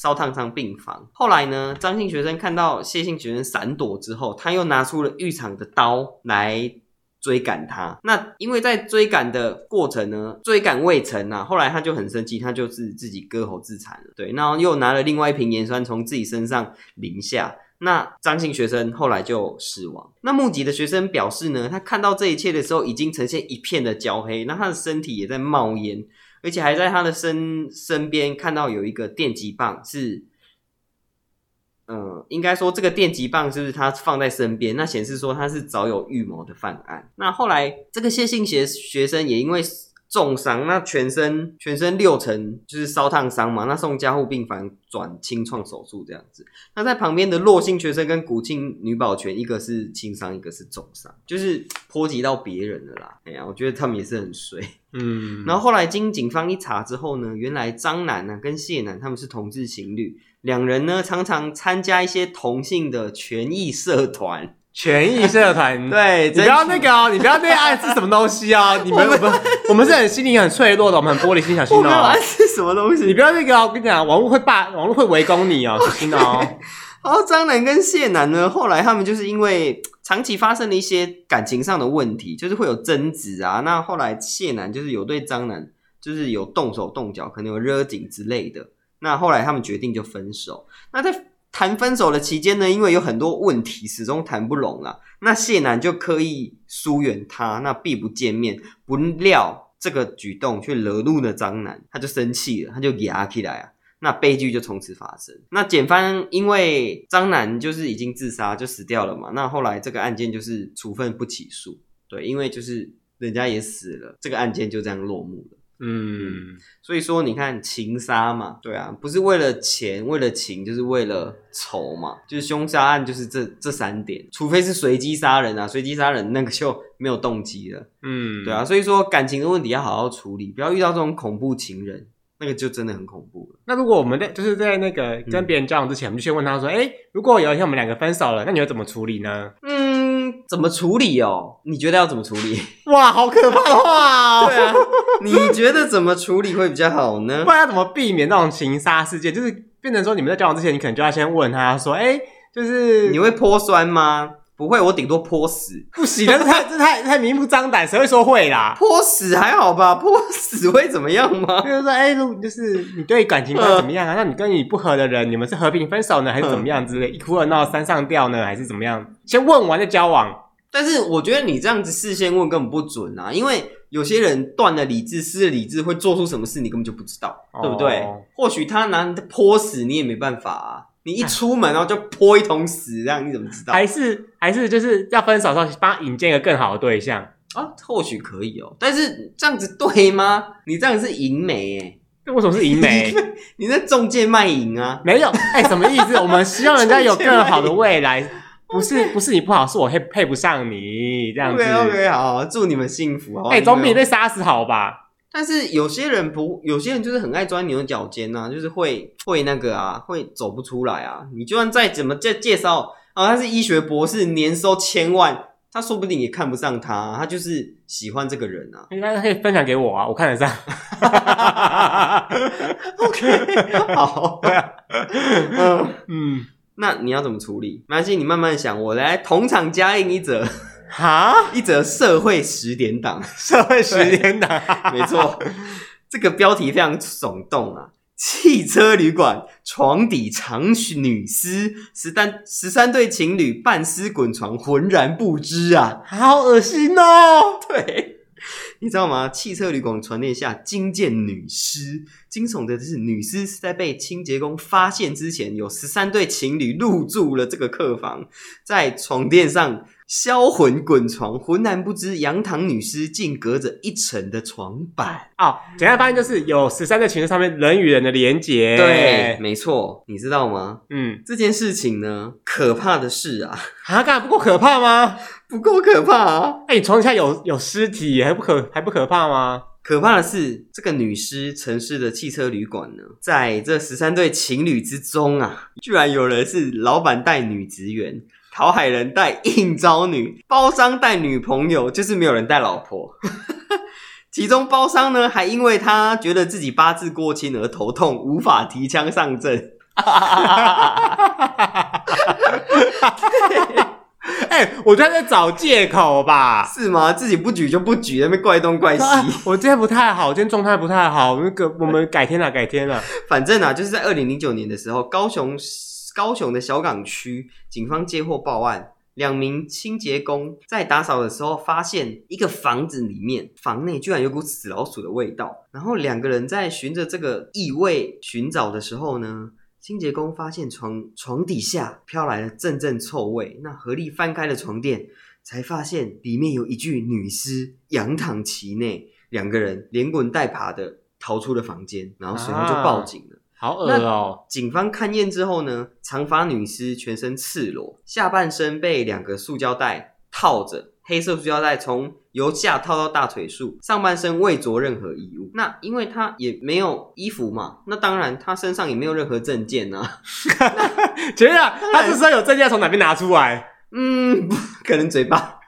Speaker 2: 烧烫伤病房。后来呢，张姓学生看到谢姓学生闪躲之后，他又拿出了浴场的刀来。追赶他，那因为在追赶的过程呢，追赶未成啊，后来他就很生气，他就是自己割喉自残了。对，然后又拿了另外一瓶盐酸从自己身上淋下，那张姓学生后来就死亡。那目击的学生表示呢，他看到这一切的时候，已经呈现一片的焦黑，那他的身体也在冒烟，而且还在他的身身边看到有一个电击棒是。嗯，应该说这个电击棒是不是他放在身边？那显示说他是早有预谋的犯案。那后来这个谢姓学学生也因为重伤，那全身全身六成就是烧烫伤嘛，那送加护病房转清创手术这样子。那在旁边的骆姓学生跟古姓女保全，一个是轻伤，一个是重伤，就是波及到别人了啦。哎呀，我觉得他们也是很衰。
Speaker 1: 嗯，
Speaker 2: 然后后来经警方一查之后呢，原来张楠呢、跟谢楠他们是同志情侣，两人呢常常参加一些同性的权益社团。
Speaker 1: 权益社团，，
Speaker 2: 对，
Speaker 1: 你不要那个哦，你不要那暗是什么东西 哦，你们我们我们是很心灵很脆弱的，我们很玻璃心，小心
Speaker 2: 我没有
Speaker 1: 哦
Speaker 2: 啊，。是什么东
Speaker 1: 你
Speaker 2: 西？
Speaker 1: 不要那个哦，我跟你讲，网络会霸，网络会围攻你 哦，小心哦。
Speaker 2: 然后张楠跟谢楠呢，后来他们就是因为长期发生了一些感情上的问题，就是会有争执啊。那后来谢楠就是有对张楠就是有动手动脚，可能有勒颈之类的。那后来他们决定就分手。那在谈分手的期间呢，因为有很多问题始终谈不拢啊，那谢楠就刻意疏远他，那避不见面。不料这个举动却惹怒了张楠，他就生气了，他就压起来啊。那悲剧就从此发生。那检方因为张楠就是已经自杀就死掉了嘛，那后来这个案件就是处分不起诉，对，因为就是人家也死了，这个案件就这样落幕了。
Speaker 1: 嗯，
Speaker 2: 所以说，你看情杀嘛，对啊，不是为了钱，为了情，就是为了仇嘛，就是凶杀案，就是这这三点，除非是随机杀人啊，随机杀人那个就没有动机了，
Speaker 1: 嗯，
Speaker 2: 对啊，。所以说感情的问题要好好处理，不要遇到这种恐怖情人，那个就真的很恐怖了。
Speaker 1: 那如果我们在就是在那个跟别人交往之前，我们就先问他说，哎，如果有一天我们两个分手了，那你会怎么处理呢？
Speaker 2: 嗯，怎么处理哦？你觉得要怎么处理？
Speaker 1: 哇，好可怕的 话哦！
Speaker 2: 对啊，你觉得怎么处理会比较好呢
Speaker 1: 不？然要怎么避免那种情杀事件？就是变成说你们在交往之前，你可能就要先问他说，哎，就是
Speaker 2: 你会泼酸吗？不会，我顶多泼死。
Speaker 1: 不行，但是太这太太明目张胆，谁会说会啦？
Speaker 2: 泼死还好吧？泼死会怎么样吗
Speaker 1: 比？如说，哎、如果就是你对感情观怎么样啊？那你跟你不合的人，你们是和平分手呢，还是怎么样之类？一哭二闹三上吊呢，还是怎么样？先问完再交往。
Speaker 2: 但是我觉得你这样子事先问根本不准啊，因为有些人断了理智，失了理智会做出什么事，你根本就不知道，
Speaker 1: 哦
Speaker 2: 对不对？或许他拿你的泼死，你也没办法啊。你一出门然后就泼一桶屎，这样你怎么知道？
Speaker 1: 还是还是就是要分手的时候，帮他引荐一个更好的对象。
Speaker 2: 啊，或许可以哦，但是这样子对吗？你这样是淫媒哎、
Speaker 1: 这为什么是淫媒？
Speaker 2: 你在中介卖淫啊？
Speaker 1: 没有，哎、什么意思？我们希望人家有更好的未来，不是不是你不好，是我配配不上你这样子。
Speaker 2: OK OK，好，祝你们幸福好不好。
Speaker 1: 哎，总比
Speaker 2: 你们
Speaker 1: 被杀死好吧？
Speaker 2: 但是有些人不，有些人就是很爱钻牛角尖呐、就是会会那个啊，会走不出来啊。你就算再怎么介介绍啊，他是医学博士，年收千万，他说不定也看不上他、啊他就是喜欢这个人啊。
Speaker 1: 应该可以分享给我啊，我看得上。
Speaker 2: OK，好， 嗯，
Speaker 1: 嗯，
Speaker 2: 那你要怎么处理？没关系，你慢慢想，我来同场加映一则
Speaker 1: 哈，
Speaker 2: 一则社会十点档。
Speaker 1: 社会十年党，
Speaker 2: 没错，这个标题非常耸动啊！汽车旅馆床底藏女尸，十三十三对情侣半尸滚床，浑然不知啊！
Speaker 1: 好恶心哦！
Speaker 2: 对，你知道吗？汽车旅馆床垫下惊见女尸，惊悚的是女尸是在被清洁工发现之前，有十三对情侣入住了这个客房，在床垫上销魂滚床，浑然不知杨唐女尸竟隔着一层的床板。
Speaker 1: 哦，简单发现就是有十三对情侣上面人与人的连结。哎
Speaker 2: 对，，没错，你知道吗？
Speaker 1: 嗯，
Speaker 2: 这件事情呢，可怕的是啊，
Speaker 1: 啊，干不够可怕吗？
Speaker 2: 不够可怕啊！
Speaker 1: 哎、你床底下有有尸体，还不可还不可怕 吗？
Speaker 2: 可怕的是，这个女尸城市的汽车旅馆呢，在这十三对情侣之中啊，居然有人是老板带女职员，讨海人带应招女，包商带女朋友，就是没有人带老婆。 其中包商呢，还因为他觉得自己八字过轻而头痛，无法提枪上阵。
Speaker 1: 哎、我觉得在找借口吧。
Speaker 2: 是吗？自己不举就不举，在那边怪东怪 西。
Speaker 1: 啊我今天不太好，今天状态不太好，那个我们改天了，改天了。
Speaker 2: 反正啊，就是在二零零九年的时候，高雄高雄的小港区警方接获报案，两名清洁工在打扫的时候发现一个房子里面，房内居然有股死老鼠的味道。然后两个人在循着这个异味寻找的时候呢。清洁工发现床床底下飘来了阵阵臭味，那合力翻开了床垫，才发现里面有一具女尸仰躺其内，两个人连滚带爬的逃出了房间，然后随后就报警了。
Speaker 1: 好恶
Speaker 2: 那
Speaker 1: 哦、
Speaker 2: 警方勘验之后呢，长发女尸全身赤裸，下半身被两个塑胶带套着，黑色塑胶带从由下套到大腿处，上半身未着任何衣物。那因为她也没有衣服嘛，那当然她身上也没有任何证件啊。
Speaker 1: 觉得他这时候有证件从哪边拿出来？
Speaker 2: 嗯，不 可能嘴 巴。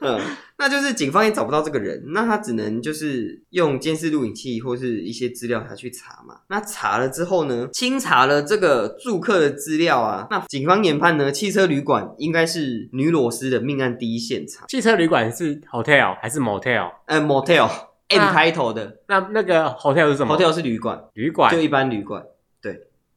Speaker 2: 嗯，那就是警方也找不到这个人，那他只能就是用监视录影器或是一些资料他去查嘛。那查了之后呢，清查了这个住客的资料啊，那警方研判呢，汽车旅馆应该是女裸尸的命案第一现场，
Speaker 1: 汽车旅馆是 hotel 还是 motel？
Speaker 2: 呃，motel M 开头的、
Speaker 1: 那那个 hotel 是什么
Speaker 2: hotel 是旅馆，
Speaker 1: 旅馆
Speaker 2: 就。一般旅馆，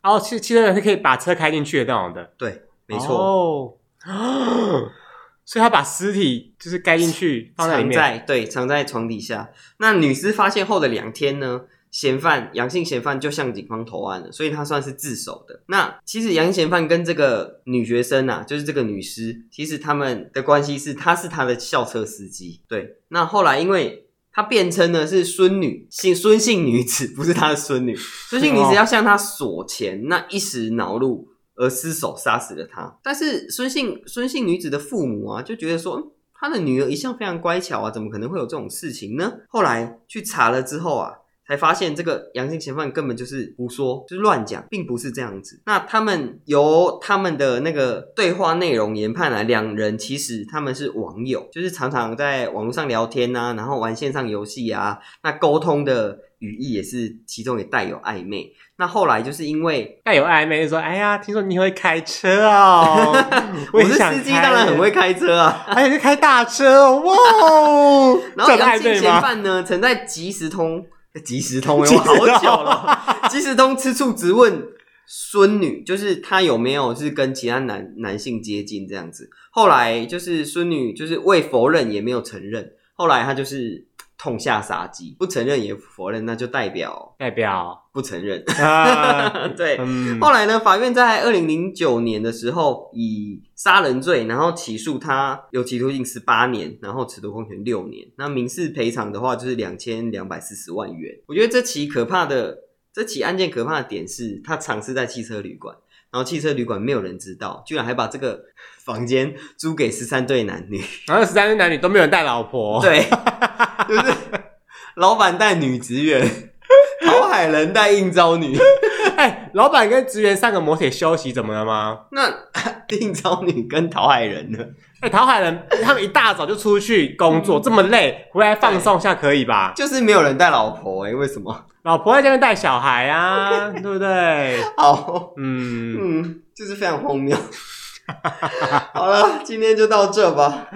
Speaker 1: 哦，汽汽车旅馆是可以把车开进去的那种的。
Speaker 2: 对，没错。
Speaker 1: 哦， 所以他把尸体就是盖进去，放在里
Speaker 2: 藏
Speaker 1: 面。
Speaker 2: 在对藏在床底下。那女尸发现后的两天呢，嫌犯阳性嫌犯就向警方投案了，所以他算是自首的。那其实阳性嫌犯跟这个女学生啊，就是这个女尸，其实他们的关系是她是他的校车司机。对，那后来因为。她辩称呢是孙女，姓孙姓女子，不是她的孙女。孙姓女子要向她索钱，那一时恼怒而失手杀死了她。但是孙姓孙姓女子的父母啊，就觉得说，嗯她的女儿一向非常乖巧啊，怎么可能会有这种事情呢？后来去查了之后啊，才发现这个阳性嫌犯根本就是胡说，就是乱讲，并不是这样子。那他们由他们的那个对话内容研判啊，两人其实他们是网友，就是常常在网络上聊天呐、然后玩线上游戏啊，那沟通的语义也是其中也带有暧昧。那后来就是因为
Speaker 1: 但有暧昧就说：“哎呀，听说你会开车 哦，
Speaker 2: 我
Speaker 1: 也
Speaker 2: 是
Speaker 1: 想
Speaker 2: 司机，
Speaker 1: 开
Speaker 2: 当然很会，开车啊。
Speaker 1: 而且是开大车哦，哇哦！”
Speaker 2: 然后
Speaker 1: 这很
Speaker 2: 杨
Speaker 1: 暧
Speaker 2: 庆
Speaker 1: 昧
Speaker 2: 嫌
Speaker 1: 吗？
Speaker 2: 犯呢，曾在即时通、即时通，我
Speaker 1: 即时
Speaker 2: 好
Speaker 1: 通
Speaker 2: 久了，即时通吃醋直问孙女，就是她有没有是跟其他男男性接近这样子。后来就是孙女就是未否认也没有承认，后来她就是痛下杀机，不承认也不否认，那就代表
Speaker 1: 代表
Speaker 2: 不承认。
Speaker 1: 啊，
Speaker 2: 对，
Speaker 1: 嗯，
Speaker 2: 后来呢，法院在二零零九年的时候以杀人罪，然后起诉他有期徒刑十八年，然后褫夺公权六年。那民事赔偿的话就是两千两百四十万元。我觉得这起可怕的这起案件可怕的点是，他尝试在汽车旅馆。然后汽车旅馆没有人知道，居然还把这个房间租给十三对男 女，
Speaker 1: 然后十三对男女都没有人带老婆，
Speaker 2: 对，就是老板带女职员， 陶海人带应招女，
Speaker 1: 哎、老板跟职员上个摩铁休息怎么了吗？
Speaker 2: 那 应招女跟陶海人呢？
Speaker 1: 哎、陶海 人他们一大早就出去工作，这么累，回来放松一下可以吧？
Speaker 2: 就是没有人带老婆哎、为什么？
Speaker 1: 老婆在家边带小孩啊，对不对？
Speaker 2: 好，
Speaker 1: 嗯，
Speaker 2: 嗯，就是非常荒谬。 好了，今天就到这吧。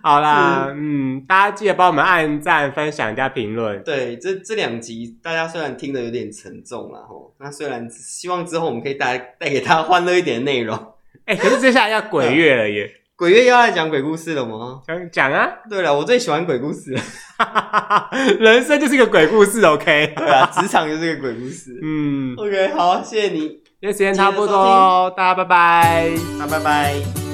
Speaker 1: 好啦，嗯，大家记得帮我们按赞、分享加评论。
Speaker 2: 对，这这两集大家虽然听得有点沉重了吼，那虽然希望之后我们可以带带给大家欢乐一点的内容。
Speaker 1: 哎、可是接下来要鬼月了 耶，
Speaker 2: 鬼月要来讲鬼故事了吗？
Speaker 1: 讲讲啊，
Speaker 2: 对了，我最喜欢鬼故事了。
Speaker 1: 人生就是一个鬼故事，OK？
Speaker 2: 对啊，职场就是个鬼故事。
Speaker 1: 嗯，
Speaker 2: OK，好，谢谢你，
Speaker 1: 今天时间差不多喽，大家拜拜。
Speaker 2: 那拜拜。